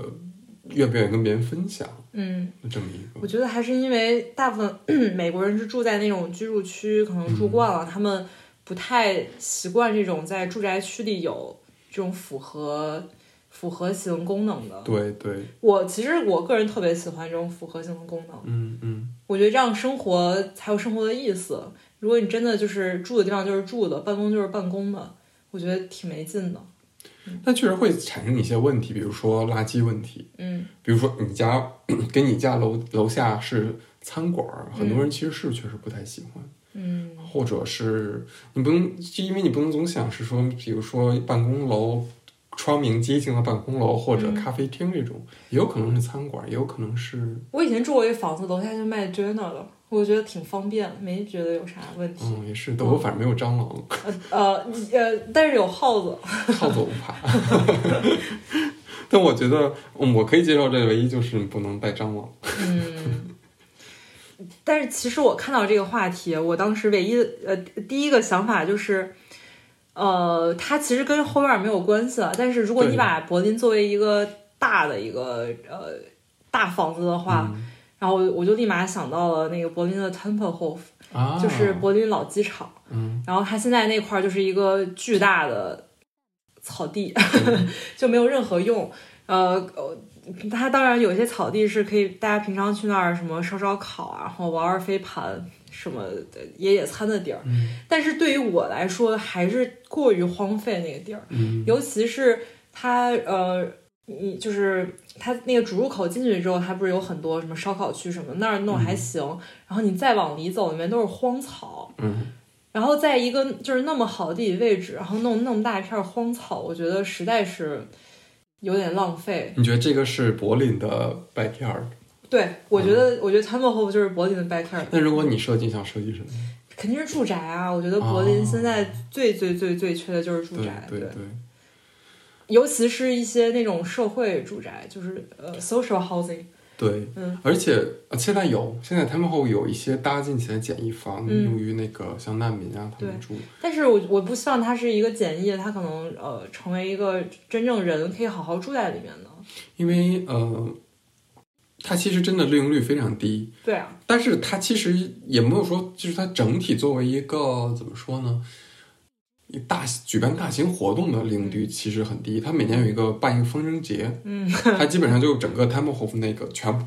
愿不愿意跟别人分享
嗯，
这么一
我
个，
觉得还是因为大部分 *clears throat* 美国人是住在那种居住区，可能住惯了，他们不太习惯这种在住宅区里有这种符合复合型功能的。
对对，
我其实我个人特别喜欢这种复合型的功能，
嗯嗯，
我觉得这样生活才有生活的意思。如果你真的就是住的地方就是住的，办公就是办公的，我觉得挺没劲的。
但确实会产生一些问题，比如说垃圾问题，
嗯，
比如说你家 *clears throat* 跟你家楼楼下是餐馆儿，很多人其实是确实不太喜欢，
嗯，
或者是你不能，就因为你不能总想是说，比如说办公楼。窗明几净的办公楼或者
嗯
咖啡厅这种，也有可能是餐馆，也有可能是
我以前住过一房子，楼下就卖 dinner 的，我觉得挺方便，没觉得有啥问题。
嗯，也是，但我反正没有蟑螂，
呃呃，但是有耗子， *laughs*
耗子我不怕。 *laughs* 但我觉得嗯我可以接受这唯一就是你不能带蟑螂。
嗯。但是其实我看到这个话题，我当时唯一的呃第一个想法就是，呃，它其实跟后院没有关系了。但是如果你
对
把柏林作为一个大的一个呃大房子的话，
嗯
然后我就立马想到了那个柏林的 Tempelhof，、
啊，
就是柏林老机场。
嗯，
然后它现在那块儿就是一个巨大的草地，
嗯
*laughs* 就没有任何用。呃，呃它当然有一些草地是可以大家平常去那儿什么烧烧烤啊，然后玩玩飞盘什么的野野餐的地儿。
嗯
但是对于我来说，还是过于荒废那个地儿，
嗯
尤其是它呃，你就是它那个主入口进去之后，它不是有很多什么烧烤区什么那儿弄还行，然后你再往里走，里面都是荒草。
嗯，
然后在一个就是那么好的地理位置，然后弄那么大一片荒草，我觉得实在是有点浪费。
你觉得这个是柏林的 backyard？
对，我觉
嗯
得，我觉得 t e m p l e h o f 就是柏林的 backyard，
那如果你设计想设计什么？
肯定是住宅啊。我觉得柏林现在最最最最缺的就是住
对
宅，啊
对
嗯对
对，
尤其是一些那种社会住宅，就是呃 social housing，
对，
嗯，
而且呃现在有，现在他们会有一些搭建起来简易房，
嗯
用于那个像难民啊他们住。
但是我我不希望它是一个简易的，它可能呃成为一个真正人可以好好住在里面的。
因为呃，它其实真的利用率非常低，
对啊，
但是它其实也没有说，就是它整体作为一个怎么说呢？一大举办大型活动的利用率其实很低，它每年有一个办一个风筝节，
嗯
它基本上就整个 Templehof 那个全部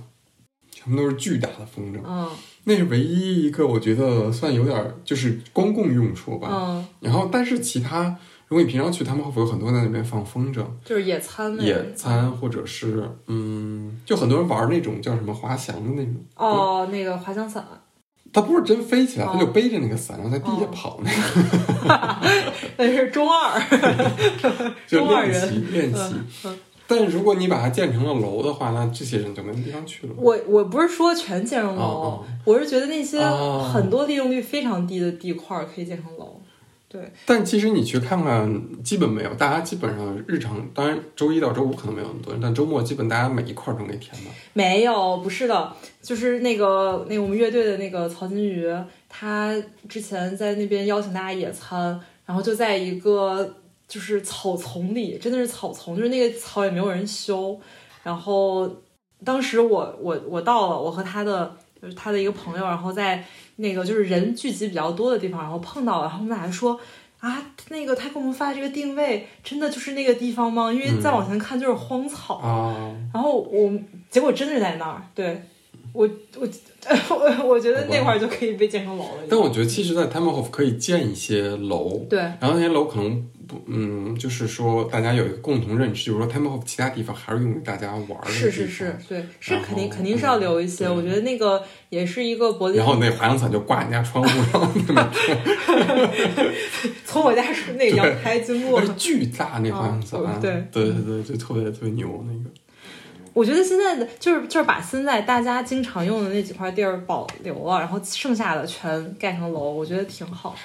全部都是巨大的风筝，
嗯
那是唯一一个我觉得算有点儿就是公共用处吧。
*laughs* 嗯，
然后，但是其他，如果你平常去，他们会不会有很多人在那边放风筝、
就是野餐那
野
种。
餐，或者是嗯，就很多人玩那种叫什么滑翔的那种，
哦，那个滑翔伞，
它不是真飞起来，
哦
它就背着那个伞，然后在地下
哦
跑，那个
那是中二。
*laughs* 就
中二 *laughs*
练
人
习练习。
嗯
但如果你把它建成了楼的话，那这些人就没地方去了。
我我不是说全建成
哦
楼，我是觉得那些
哦
很多利用率非常低的地块儿可以建成楼。对，
但其实你去看看，基本没有，大家基本上日常，当然周一到周五可能没有那么多人，但周末基本大家每一块儿都给填满。
没有，不是的，就是那个那个我们乐队的那个曹金鱼，他之前在那边邀请大家野餐，然后就在一个就是草丛里，真的是草丛，就是那个草也没有人修。然后当时我我我到了，我和他的就是他的一个朋友，然后在那个就是人聚集比较多的地方，然后碰到了，然后我们俩就说。啊，那个他给我们发的这个定位，真的就是那个地方吗？因为再往前看就是荒草，
啊，
然后我结果真的是在那儿，对我我 *laughs* 我我觉得那块儿就可以被建成楼了。
但我觉得其实，在 t e m p l e 可以建一些楼，
对
然后那些楼可能不，嗯，就是说大家有一个共同认知，就是说 t e m p l e 其他地方还是用于大家玩儿的，
是是是。，对是
然后
肯定肯定是要留一些，
嗯
我觉得那个也是一个柏林
然，后那滑翔伞就挂人家窗户上，
*laughs* 从我家是那个阳台经过
*laughs* 那，巨大那滑翔
啊
伞，
对
对对对，就特别特别牛那个。
我觉得现在的就是就是把现在大家经常用的那几块地儿保留了，然后剩下的全盖成楼，我觉得挺好。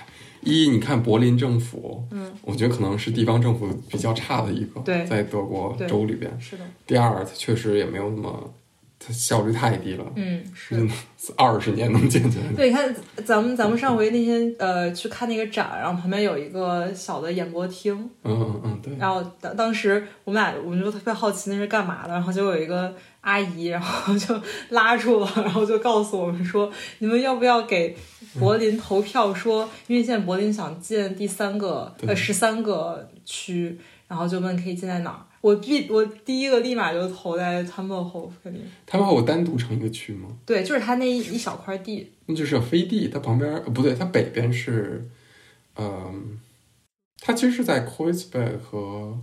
一，你看柏林政府，
嗯，
我觉得可能是地方政府比较差的一个，
对
在德国
对
州里边。
是的，
第二，它确实也没有那么，它效率太低了，
嗯，是
真的二十年能建起来。
对，你看咱们咱们上回那天呃去看那个展，然后旁边有一个小的演播厅，
嗯嗯嗯，对。
然后当当时我们俩我们就特别好奇那是干嘛的，然后就有一个阿姨，然后 *laughs* 就拉住了，然后就告诉我们说，你们要不要给柏林投票说，因为现在柏林想建第三个
对
呃十三个区，然后就问可以建在哪儿。我必我第一个立马就投在 t u m b l e h o f 肯定，
他们会有单独成一个区吗？
对，就是他那一一小块地，
那就是有飞地，它旁边呃不对，它北边是，嗯、它其实是在 k o i s b e r g 和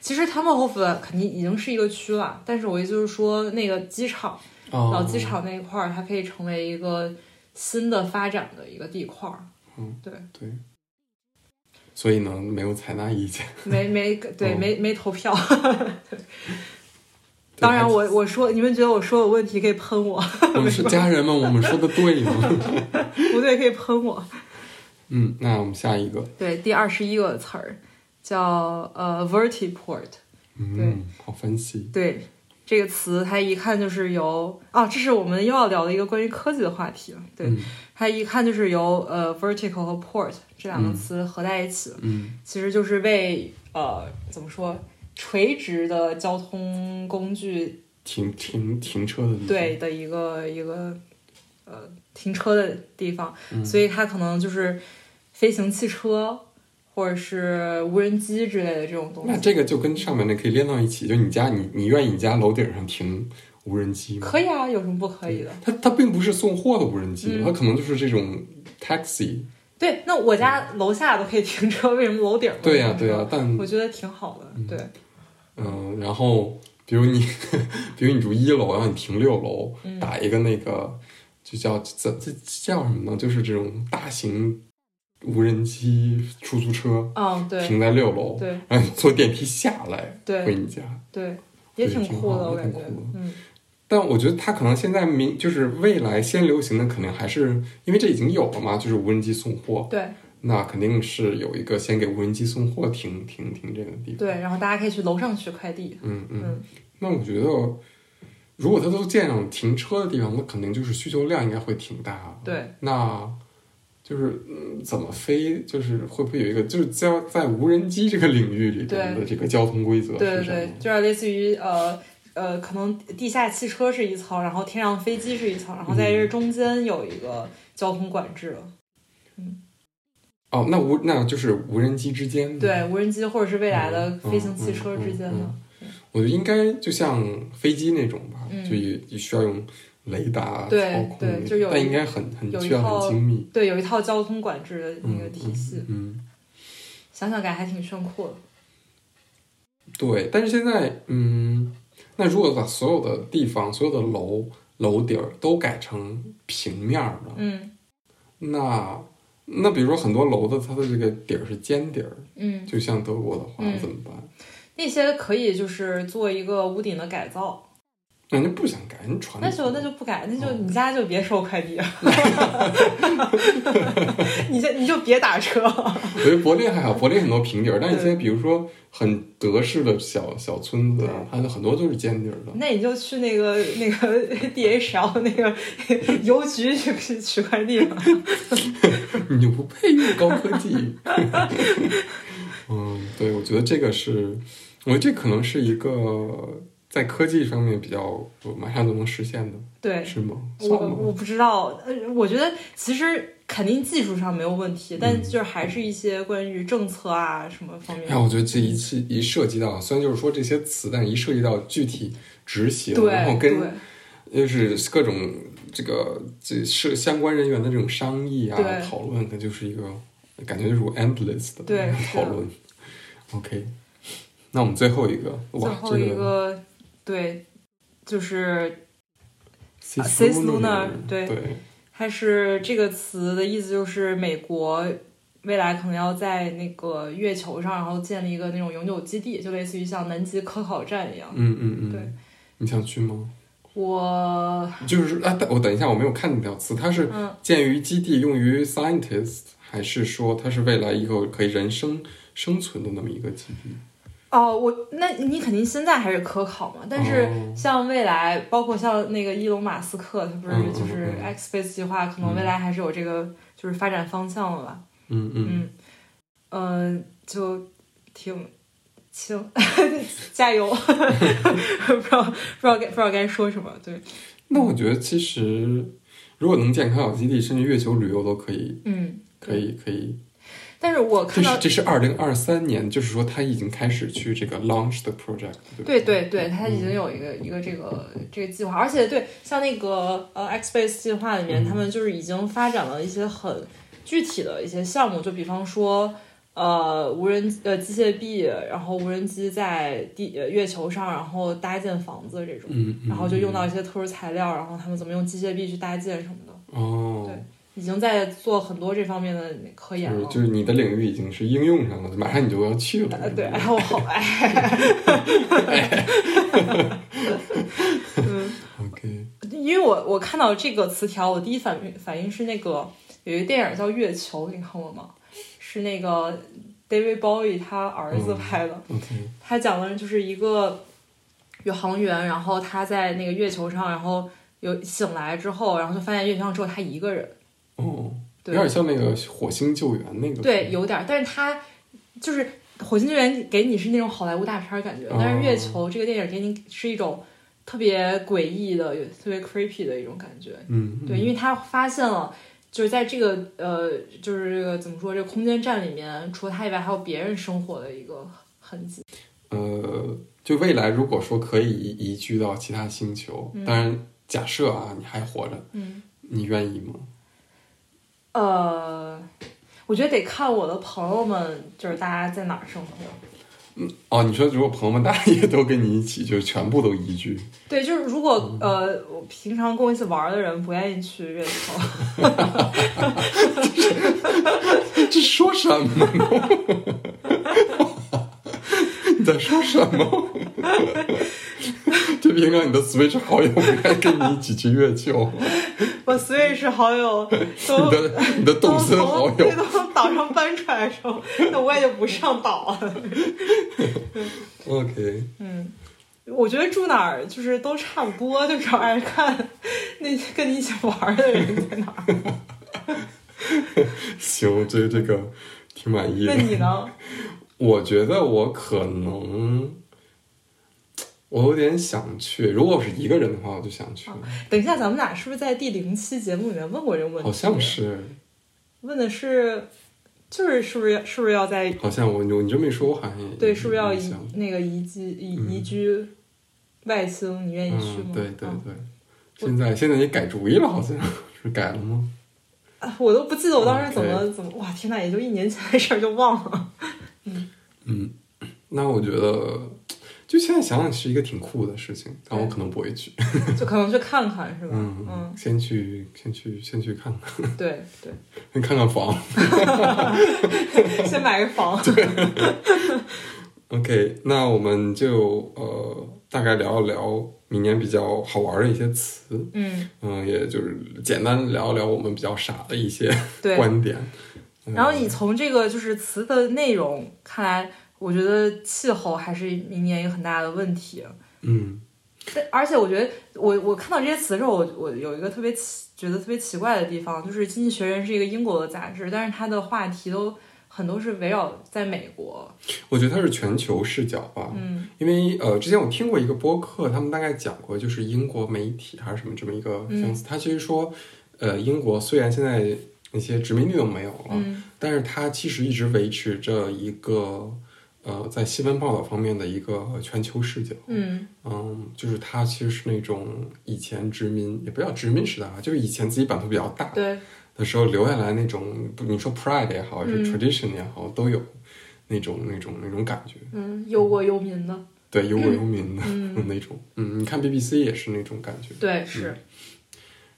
其实 t u m b l e h o f 肯定已经是一个区了，但是我意思就是说那个机场。
哦
老机场那一块儿，它可以成为一个新的发展的一个地块儿。
嗯，
对
对，所以呢没有采纳
*laughs*
意见。
没没对
嗯
没没投票。当然我，我说你们觉得我说有问题可以喷 *laughs* 我，
对还我们是家人们，我们说的对吗？
*laughs* 不对可以喷我。
嗯，那我们下一个，
对，第二十一个词儿叫呃 vertiport。对
嗯，好分析，
对，这个词它一看就是由啊，这是我们又要聊的一个关于科技的话题了。对，
嗯
它一看就是由呃 vertical 和 port 这两个
嗯
词合在一起的。
嗯
其实就是为呃怎么说垂直的交通工具
停停停车的地方，
对的一个一个呃停车的地方，
嗯
所以它可能就是飞行汽车或者是无人机之类的这种东
那
西。
这个就跟上面那可以连到一起，就你家你你愿意你家楼顶上停无人机吗？
可以啊，有什么不可以的？
它它并不是送货的无人机，
嗯
它可能就是这种 taxi。
对，那我家楼下都可以停车，为什么楼顶儿不能
对呀、
停
对呀、嗯
车
但
嗯我觉得挺好的。对，
嗯、然后比如你， *laughs* 比如你住一楼，然后你停六楼，
嗯
打一个那个就叫这这叫什么呢？就是这种大型无人机出租车
嗯，对
停在六楼，
对
然后你坐电梯下来回
对
你家。
对，也
对
挺
挺
酷
好
的，我
也
感觉
挺酷的，
嗯。
但我觉得它可能现在明就是未来先流行的，肯定还是因为这已经有了嘛，就是无人机送货。
对
那肯定是有一个先给无人机送货停停停这个地方。嗯
对，然后大家可以去楼上取快递，
嗯嗯
嗯，
那我觉得如果它都建上停车的地方，那肯定就是需求量应该会挺大。啊
对，
那就是嗯怎么飞，就是会不会有一个，就是在在无人机这个领域里边的这个交通规则
对
嗯是
对
什么
对？，就有点类似于呃呃，可能地下汽车是一层，然后天上飞机是一层，然后在
嗯
这中间有一个交通管制了。
哦，那无那就是无人机之间，，
对，无人机或者是未来的飞行汽车之间
嗯嗯嗯嗯
的。
我觉得应该就像飞机那种吧，
嗯
就也也需要用雷达
对
操控
对就有
但
一
应该很很
有一
需要
套
很精密。
对，有一套交通管制的
嗯
那个体系，
嗯，嗯
想想感觉还挺炫酷的。
对。但是现在，嗯，那如果把所有的地方、所有的楼、楼顶儿都改成平面儿的，
嗯
那那比如说很多楼的它的这个底儿是尖底儿，
嗯，
就像德国的话、
嗯
怎么办？
那些可以就是做一个屋顶的改造，
那人家不想改，人传
那就那就不改，那
哦
就你家就别收快递
*laughs*
了， *laughs* 你就你就别打车。
我觉得柏林还好，柏林很多平底儿，但是
对
现在比如说很德式的小小村子啊
对，
它的很多都是尖底儿的。
那你就去那个那个 *laughs* DHL 那个 *laughs* 邮局去取快递吧。
*laughs* 你就不配用高科技。 *laughs* 嗯，对，我觉得这个是，我觉得这可能是一个在科技上面比较呃马上就能实现的，
对，
是吗？
我
算吗？
我不知道，呃，我觉得其实肯定技术上没有问题，但就是还是一些关于政策啊什么方面
哎，。我觉得这一期一涉及到，虽然就是说这些词，但一涉及到具体执行，
对
然后
对
跟就是各种这个这是相关人员的这种商议啊
对
讨论，那就是一个感觉就是 endless 的
对是
讨论。OK，那我们最后一个，
最
哇，
后
这
一个对，就是啊
Cis
cis
lunar，
lunar，对
对，
它是这个词的意思，就是美国未来可能要在那个月球上，然后建立一个那种永久基地，就类似于像南极科考站一样。
嗯嗯嗯，
对，
你想去吗？
我
就是啊，等我等一下，我没有看那条词，它是
嗯
鉴于基地用于 scientist，还是说它是未来以后可以人生生存的那么一个基地？
哦，我那你肯定现在还是科考嘛，但是
哦
像未来，包括像那个伊隆马斯克，他不是
嗯嗯
就是 X Space 计划，可能未来还是有这个就是发展方向了吧？
嗯嗯，
嗯，嗯、就挺轻， *laughs* 加
*laughs*
油！不知道不知道该不知道该说什么，对，
那我觉得其实如果能建科考基地，甚至月球旅游都可以，
嗯，
可。以可以。
但是我
这
看到
是这是二零二三年，就是说他已经开始去这个 launch the project，对吧
对对
嗯
对，它已经有一个一个这个这个计划，而且对像那个呃 X Space 计划里
嗯
面，他们就是已经发展了一些很具体的一些项目，就比方说呃无人呃机械臂，然后无人机在地呃月球上，然后搭建房子这种，
嗯，嗯
然后就用到一些特殊材料，然后他们怎么用机械臂去搭建什么的，
哦，
对已经在做很多这方面的科研
就
了
是。就是你的领域已经是应用上了，马上你就要去了。
呃，对，哎， *laughs* 我好
*laughs*
爱。嗯，
，OK，
因为我我看到这个词条，我第一反应反应是那个有一个电影叫《月球》，你看过吗？是那个 David Bowie 他儿子拍的，
OK，
他讲的就是一个宇航员，然后他在那个月球上，然后有醒来之后，然后就发现月球上只有他一个人。
哦，有
对
点像那个火星救援那个。
对，有点儿，但是他就是《火星救援》给你是那种好莱坞大片儿感觉，但
哦
是《月球》这个电影给你是一种特别诡异的、有特别 creepy 的一种感觉。
嗯，嗯，
对，因为他发现了，就是在这个呃，就是这个怎么说，这个空间站里面，除了他以外，还有别人生活的一个痕迹。
呃，就未来如果说可以移居到其他星球，
嗯
当然假设啊，你还活着，
嗯，
你愿意吗？
呃，我觉得得看我的朋友们，就是大家在哪儿生活。
哦，你说如果朋友们大家也都跟你一起，就是全部都移居，
对，就是如
嗯
果呃，我平常跟我一起玩儿的人不愿意去月球，
这说什么 *laughs* 呢？你在说什么？ *laughs* 这平常你的 Switch 好友不该跟你一起去月球，
我 Switch 好友
你
都
的你的动森好友
都从都从岛上搬出来的时候，那我也就不上岛了。
，OK，
嗯，我觉得住哪儿就是都差不多， *laughs* 就主要是看那些跟你一起玩的人
*laughs*
在哪儿。
行，我对这个挺满意
那
的。
你呢？
我觉得我可能，我有点想去。如果我是一个人的话，我就想去，
等一下，咱们俩是不是在第零期节目里面问过这个问题？
好像是，
问的是，就是是不是是不是要在
好像我你你这么一说，我好像也
对，是不是要
也
移
想
那个移居移
嗯
移居外星？你愿意去吗？
嗯、对对
啊
对，
我
现在现在也改主意了，好像是改了吗？
啊我都不记得我当时
嗯
怎么、怎么哇！天呐，也就一年前的事儿就忘了。
嗯， *clears throat* 那我觉得就现在想想是一个挺酷的事情，但我可能不会去。
就可能去看看是吧？
嗯，
嗯，
先去先去先去看看，
对对，
先看看房。
先买个房。
OK，那我们就呃大概聊一聊明年比较好玩的一些词，
嗯，
嗯、也就是简单聊一聊我们比较傻的一些
对。
观点。嗯
然后你从这个就是词的内容看来，我觉得气候还是明年一个很大的问题。
嗯
但而且我觉得我我看到这些词的时候，我我有一个特别奇觉得特别奇怪的地方，就是《经济学人》是一个英国的杂志，但是它的话题都很多是围绕在美国。
我觉得它是全球视角吧，
嗯
因为呃，之前我听过一个播客，他们大概讲过，就是英国媒体还是什么这么一个
嗯
相似。他其实说，呃，英国虽然现在那些殖民地都没有了，
嗯
但是它其实一直维持着一个呃，在新闻报道方面的一个全球视角。
嗯
嗯，就是它其实是那种以前殖民，也不叫殖民时代啊，就是以前自己版图比较大，
对，
的时候留下来那种，不你说 pride 也好，还是
嗯
tradition 也好，都有那种那种那种感觉。
嗯，忧国忧民的，
对，忧国忧民的、
嗯
*laughs* 那种。嗯，你看 BBC 也是那种感觉。
对是，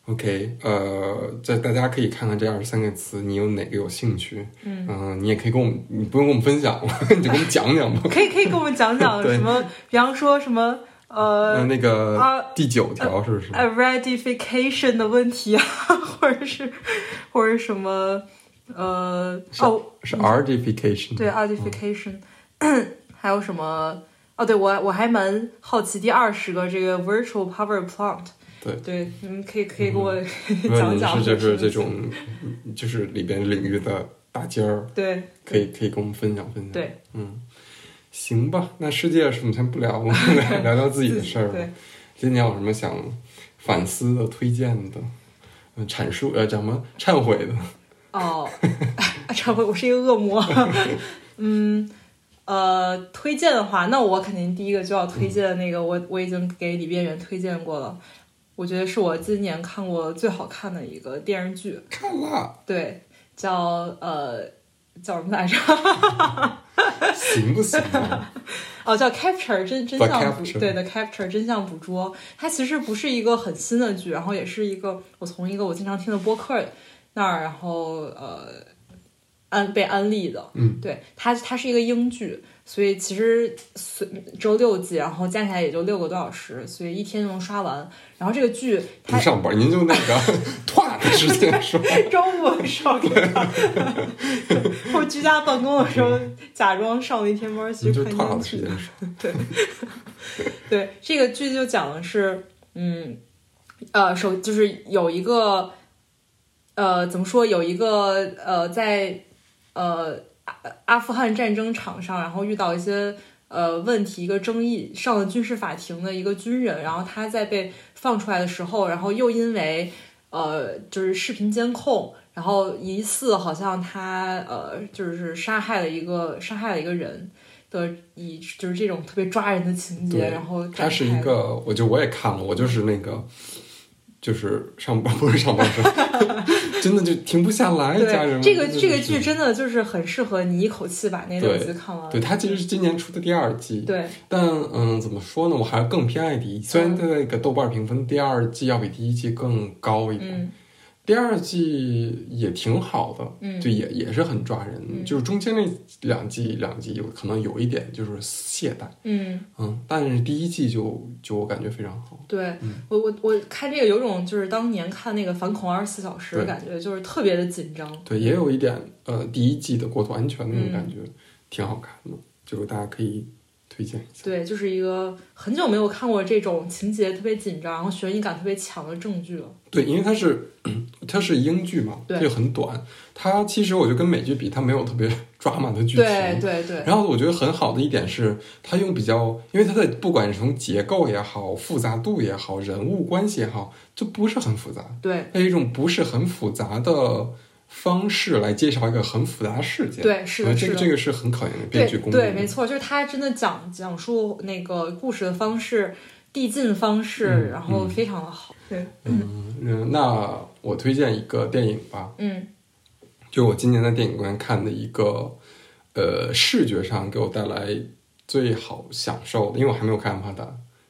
OK，呃，这大家可以看看这二十三个词，你有哪个有兴趣？
嗯。
嗯、你也可以跟我们，你不用跟我们分享了， *laughs* 你就给我们讲讲吧。
可以可以跟我们讲讲
对
什么，比方说什么
呃，
呃
那个
啊
第九条是不是？
呃 ratification 的问题啊， *laughs* 或者是或者什么呃哦
是 artification。
对 ratification，、还有什么哦对我我还蛮好奇第二十个这个 virtual power plant，
对嗯
对你们可以可以给我、
如
*laughs*
果
讲
您
讲
是就是
是
这种，就是里边领域的大尖儿，
对
可以可以跟我们分享分享。
对
嗯，行吧，那世界是我们先不聊，我们来 *laughs* 聊聊自己的事儿吧。
对
今年有什么想反思的、推荐的、嗯，阐述呃叫什么忏悔的？
哦， *laughs* 忏悔，我是一个恶魔。 *laughs* 嗯，呃，推荐的话，那我肯定第一个就要推荐那个，我我已经给李边缘推荐过了。我觉得是我今年看过最好看的一个电视剧，
看啦，
对，叫呃叫什么来着？
行不行
*laughs*
啊？
哦，叫 Capture 真真
The
相捕
Capture
对的 Capture 真相捕捉，它其实不是一个很新的剧，然后也是一个我从一个我经常听的播客那儿，然后呃安被安利的，
嗯，
对，它它是一个英剧，所以其实随周六集，然后加起来也就六个多小时，所以一天就能刷完。然后这个剧
不
它
上班，您就那
*laughs*
个 *laughs* 唰的时间说，
周五的时候给看，或者居家办公的时候假装上了一天班去
嗯您就
看
唰
英
的
剧
时。间说。
对，这个剧就讲的是，嗯，呃，首就是有一个，呃，怎么说，有一个呃，在呃阿阿富汗战争场上，然后遇到一些呃问题，一个争议，上了军事法庭的一个军人，然后他在被放出来的时候，然后又因为呃，就是视频监控。然后疑似好像他呃，就是杀害了一个杀害了一个人的，以就是这种特别抓人的情节，
对
然后
它
展
是
开
一
的
个，我就我也看了，我就是那个，就是上班不是上班 *laughs* 是，真的就停不下来，家人
对，这个
们。真的
这个
是
剧真的就是很适合你一口气把那六
对
集看完。
对它其实是今年出的第二季，
对
但嗯，怎么说呢？我还是更偏爱第一季，虽然它那个豆瓣评分第二季要比第一季更高一点，
嗯
第二季也挺好的，
嗯
就也也是很抓人，
嗯
就是中间那两季两季有可能有一点就是懈怠，
嗯，
嗯，但是第一季就就我感觉非常好，
对
嗯
我我我看这个有种就是当年看那个《反恐二十四小时》的
对
感觉，就是特别的紧张。
对，也有一点呃第一季的过度安全那种
嗯
感觉，挺好看的，就是大家可以推荐一下。
对，就是一个很久没有看过这种情节特别紧张，然后悬疑感特别强的正剧了。
对，因为它是它是英剧嘛，
对
就很短。它其实我就跟美剧比，它没有特别 *laughs* 抓马的剧情。
对对对，
然后我觉得很好的一点是，它用比较，因为它的不管是从结构也好、复杂度也好、人物关系也好，就不是很复杂。
对
它有一种不是很复杂的方式来介绍一个很复杂的事件。
对是
我
的，
觉
是的
得这个。这个是很考验编
对
剧功力的。
对，没错，就是他真的讲讲述那个故事的方式、递进方式，
嗯
然后
嗯
非常的好。对，
嗯嗯，那我推荐一个电影吧，
嗯
就我今年在电影院看的一个，呃，视觉上给我带来最好享受的，因为我还没有看《阿凡达》，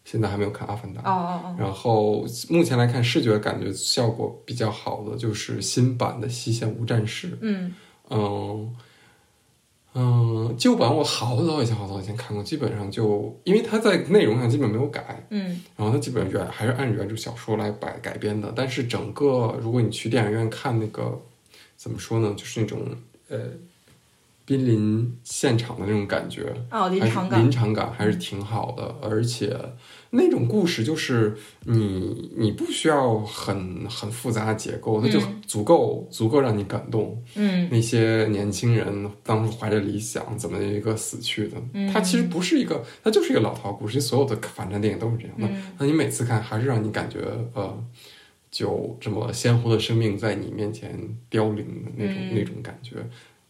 现在还没有看《阿凡达》
哦哦哦，
然后目前来看，视觉感觉效果比较好的就是新版的《西线无战事》。
嗯
嗯嗯，旧版我好早以前好早以前看过，基本上就因为它在内容上基本没有改，
嗯
然后它基本原还是按原著小说来改改编的，但是整个如果你去电影院看那个怎么说呢，就是那种呃濒临现场的那种感觉，
哦，临
还是
场感嗯
临，场感还是挺好的，而且那种故事就是你你不需要很很复杂的结构，它就
嗯
足够、足够让你感动。
嗯
那些年轻人当初怀着理想，怎么一个死去的？
嗯
它其实不是一个，它就是一个老套故事。所有的反战电影都是这样的。
嗯
那你每次看，还是让你感觉呃，就这么鲜活的生命在你面前凋零的那种、
嗯
那种感觉。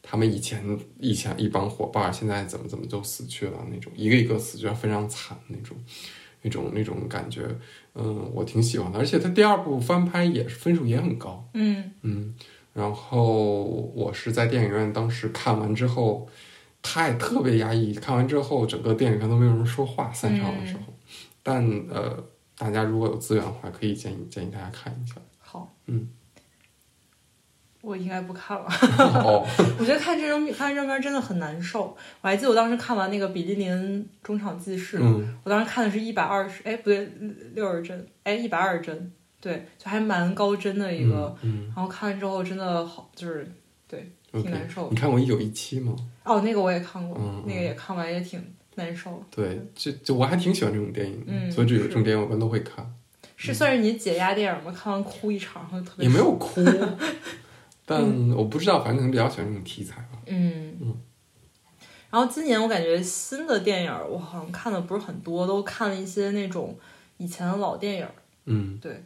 他们以前以前一帮伙伴，现在怎么怎么就死去了那种，一个一个死去，非常惨那种，那种那种感觉，嗯，我挺喜欢的。而且他第二部翻拍也是分数也很高，
嗯
嗯，然后我是在电影院当时看完之后，太特别压抑，看完之后整个电影院都没有人说话，散场的时候。
嗯
但呃，大家如果有资源的话，可以建议建议大家
*laughs*
看一下。
好，
嗯，
我应该不看了。 *laughs*
哦，
我觉得看这种看这片真的很难受。我还记得我当时看完那个《比利林中场记事》 *laughs*
嗯，
我当时看的是一百二十，哎不对，六十帧，哎一百二十帧，对，就还蛮高帧的一个。
嗯，
然后看完之后真的好，就是
嗯
挺难受的
你看过一九一七吗？
哦，那个我也看过，
嗯嗯
那个也看完也挺难受。
对，就就我还挺喜欢这种电影的，
嗯
所以这有
是
这种电影我一般都会看，
是算是你解压电影吗？看完哭一场，然后特别
嗯也没有
*laughs*
哭，但我不知道，反正可能比较喜欢这种题材吧。
嗯
嗯。
然后今年我感觉新的电影儿我好像看的不是很多，都看了一些那种以前的老电影儿。
嗯，
对，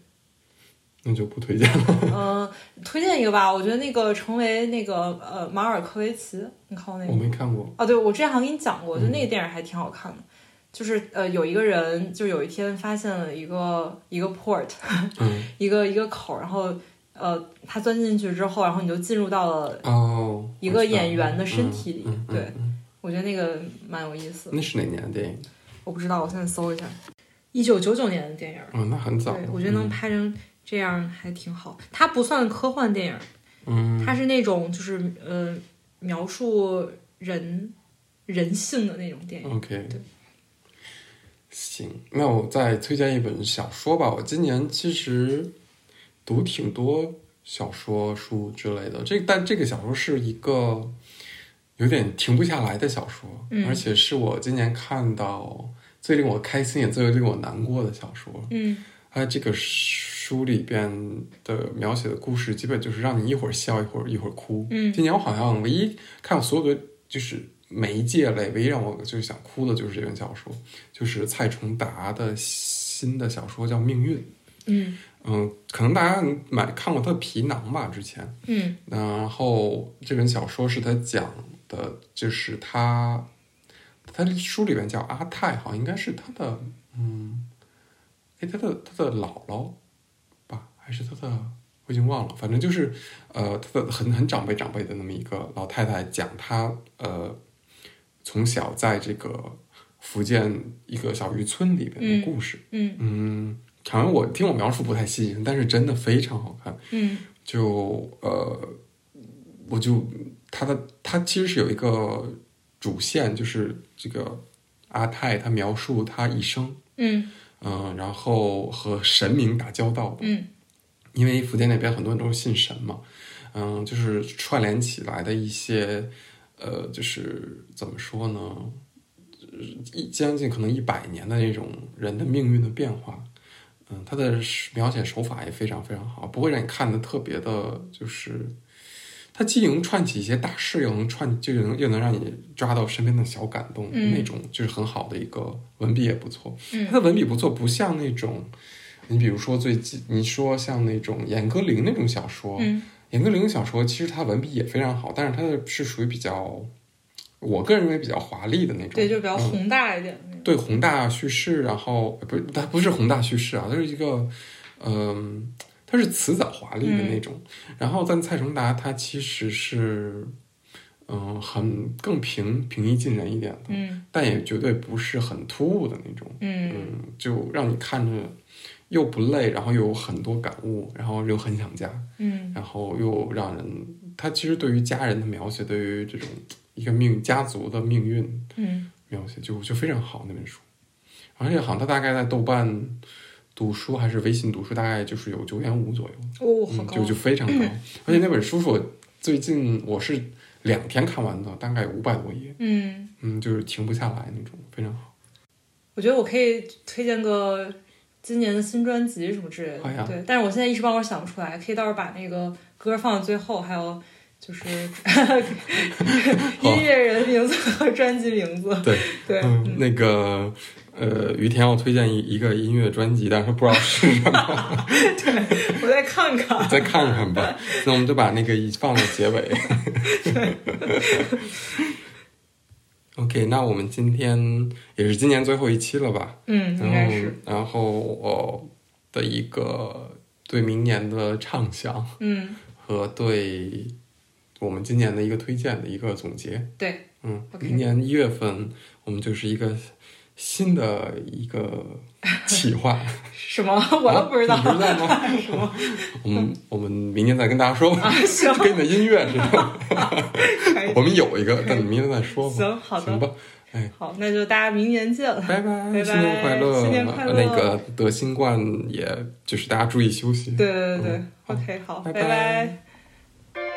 那就不推荐了。
嗯、推荐一个吧，我觉得那个成为那个呃马尔科维奇，你看过那个
我
吗？
没看过。
哦，对，我之前好像给你讲过，就
嗯
那个电影还挺好看的。就是呃，有一个人就有一天发现了一个一个 port， *laughs*
嗯，
一个一个口儿，然后呃，他钻进去之后，然后你就进入到了，
哦，
一
我
个
知道
演员的身体里
嗯嗯嗯
对
嗯
我觉得那个蛮有意思的。
那是哪年的电影？
我不知道，我现在搜一下，一九九九年的电影儿，
哦，那很早了
对。我觉得能
嗯
拍成这样还挺好。它不算科幻电影儿，
嗯，
它是那种就是呃描述人人性的那种电影。
嗯 OK，
对
行，那我再推荐一本小说吧。我今年其实读挺多小说书之类的，这但这个小说是一个有点停不下来的小说，
嗯
而且是我今年看到最令我开心也最令我难过的小说。
嗯
它这个书里边的描写的故事，基本就是让你一会儿笑，一会儿一会儿哭。
嗯
今年我好像唯一看所有的就是媒介类，唯一让我就是想哭的就是这本小说，就是蔡崇达的新的小说叫《命运》。
嗯
嗯，可能大家买看过他的《皮囊》吧，之前。
嗯
然后这本小说是他讲的，就是他，他书里面叫阿泰，好像应该是他的，嗯，哎，他的他的姥姥吧，还是他的，我已经忘了，反正就是，呃，他的很很长辈长辈的那么一个老太太讲她，呃，从小在这个福建一个小渔村里边
嗯
的故事， *laughs*
嗯
嗯，好像我听我描述不太吸引人，但是真的非常好看。
嗯
就呃，我就他的他其实是有一个主线，就是这个阿泰他描述他一生，
嗯
嗯、然后和神明打交道的，
嗯
因为福建那边很多人都是信神嘛，嗯、就是串联起来的一些呃，就是怎么说呢？呃一将近可能一百年的那种人的命运的变化，嗯，他的描写手法也非常非常好，不会让你看的特别的，就是他既能串起一些大事，又能串，就能又能让你抓到身边的小感动，
嗯
那种就是很好的一个文笔也不错，
嗯
他的文笔不错，不像那种。你比如说最近，你说像那种严歌苓那种小说，
嗯
严歌苓小说其实它文笔也非常好，但是它的是属于比较，我个人认为比较华丽的那种，
对，就比较
嗯
宏大一点的那种。
对宏大叙事，然后不是它不是宏大叙事啊，它是一个，嗯、它是辞藻华丽
嗯
的那种。然后，但蔡崇达他其实是，嗯、很更平平易近人一点的，
嗯
但也绝对不是很突兀的那种。
嗯
嗯，就让你看着又不累，然后又有很多感悟，然后又很想家。
嗯
然后又让人，他其实对于家人的描写，对于这种一个命家族的命运
嗯
描写就就非常好那本书，而且好像他大概在豆瓣读书还是微信读书，大概就是有九点五左右，
哦，好
嗯，
高
就就非
*laughs*
常高，而且那本书是我最近我是两天看完的，大概五百多页，
嗯。
嗯，就是停不下来那种，非常好。
我觉得我可以推荐个今年的新专辑什么之类的，
好呀
对。但是我现在一时半会儿想不出来，可以到时候把那个歌放到最后，还有就是
*laughs*
音乐人名字和专辑名字。
对
对，
嗯，那个呃，于田要推荐一一个音乐专辑，但是不知道是
*laughs*
什么。
我再看看。
再看看吧。那我们就把那个一放在结尾。OK，那我们今天也是今年最后一期了吧？
嗯，应该
然后
是，，
然后我的一个对明年的畅想
嗯，
和对我们今年的一个推荐的一个总结。
对，
嗯
OK
明年一月份我们就是一个新的一个企划，
什么我 *laughs* 都不知道，
啊你不知道吗？
什么
我们我们明年再跟大家说吧。
*laughs* *laughs* 啊？行，
跟你的音乐似的。
*laughs* 可以
我，们有一个，但你明天再说吧。
行，好
行
的，
吧，哎，
好，那就大家明年见了。
拜
拜
拜，
拜
新年快乐！
新年快乐
那个得新冠，也就是大家注意休息。
对对对对、
嗯
o k 好，
拜
拜
拜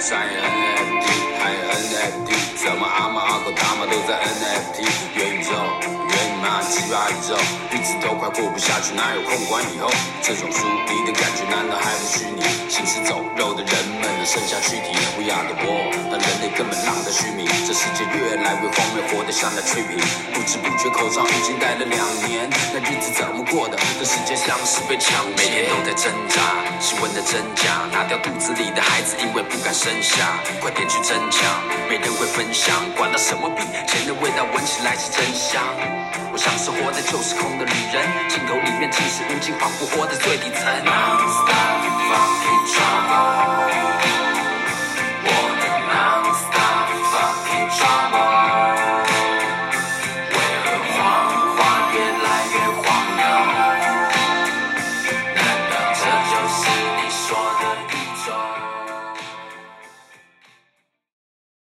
上演 NFT，喊 NFT，怎么阿猫阿狗大妈都在 NFT。元宇宙，元妈鸡巴宇宙，日子都快过不下去，哪有空管以后？这种疏离的感觉难道还不虚拟？行尸走肉的人们只剩下躯体，We are the world，但人类根本浪得虚名。这世界越来越荒谬，活得像那趣品。不知不觉口罩已经戴了两年，那日子怎么过的？这世界像是被抢劫，每天都在挣扎，气温的真假，拿掉肚子里的孩子，因为不敢生下，快点去争抢，没人会分享，管他什么比钱的味道闻起来是真香。我像是活在旧时空的旅人，镜头里面尽是无尽，仿佛活在最底层。Monster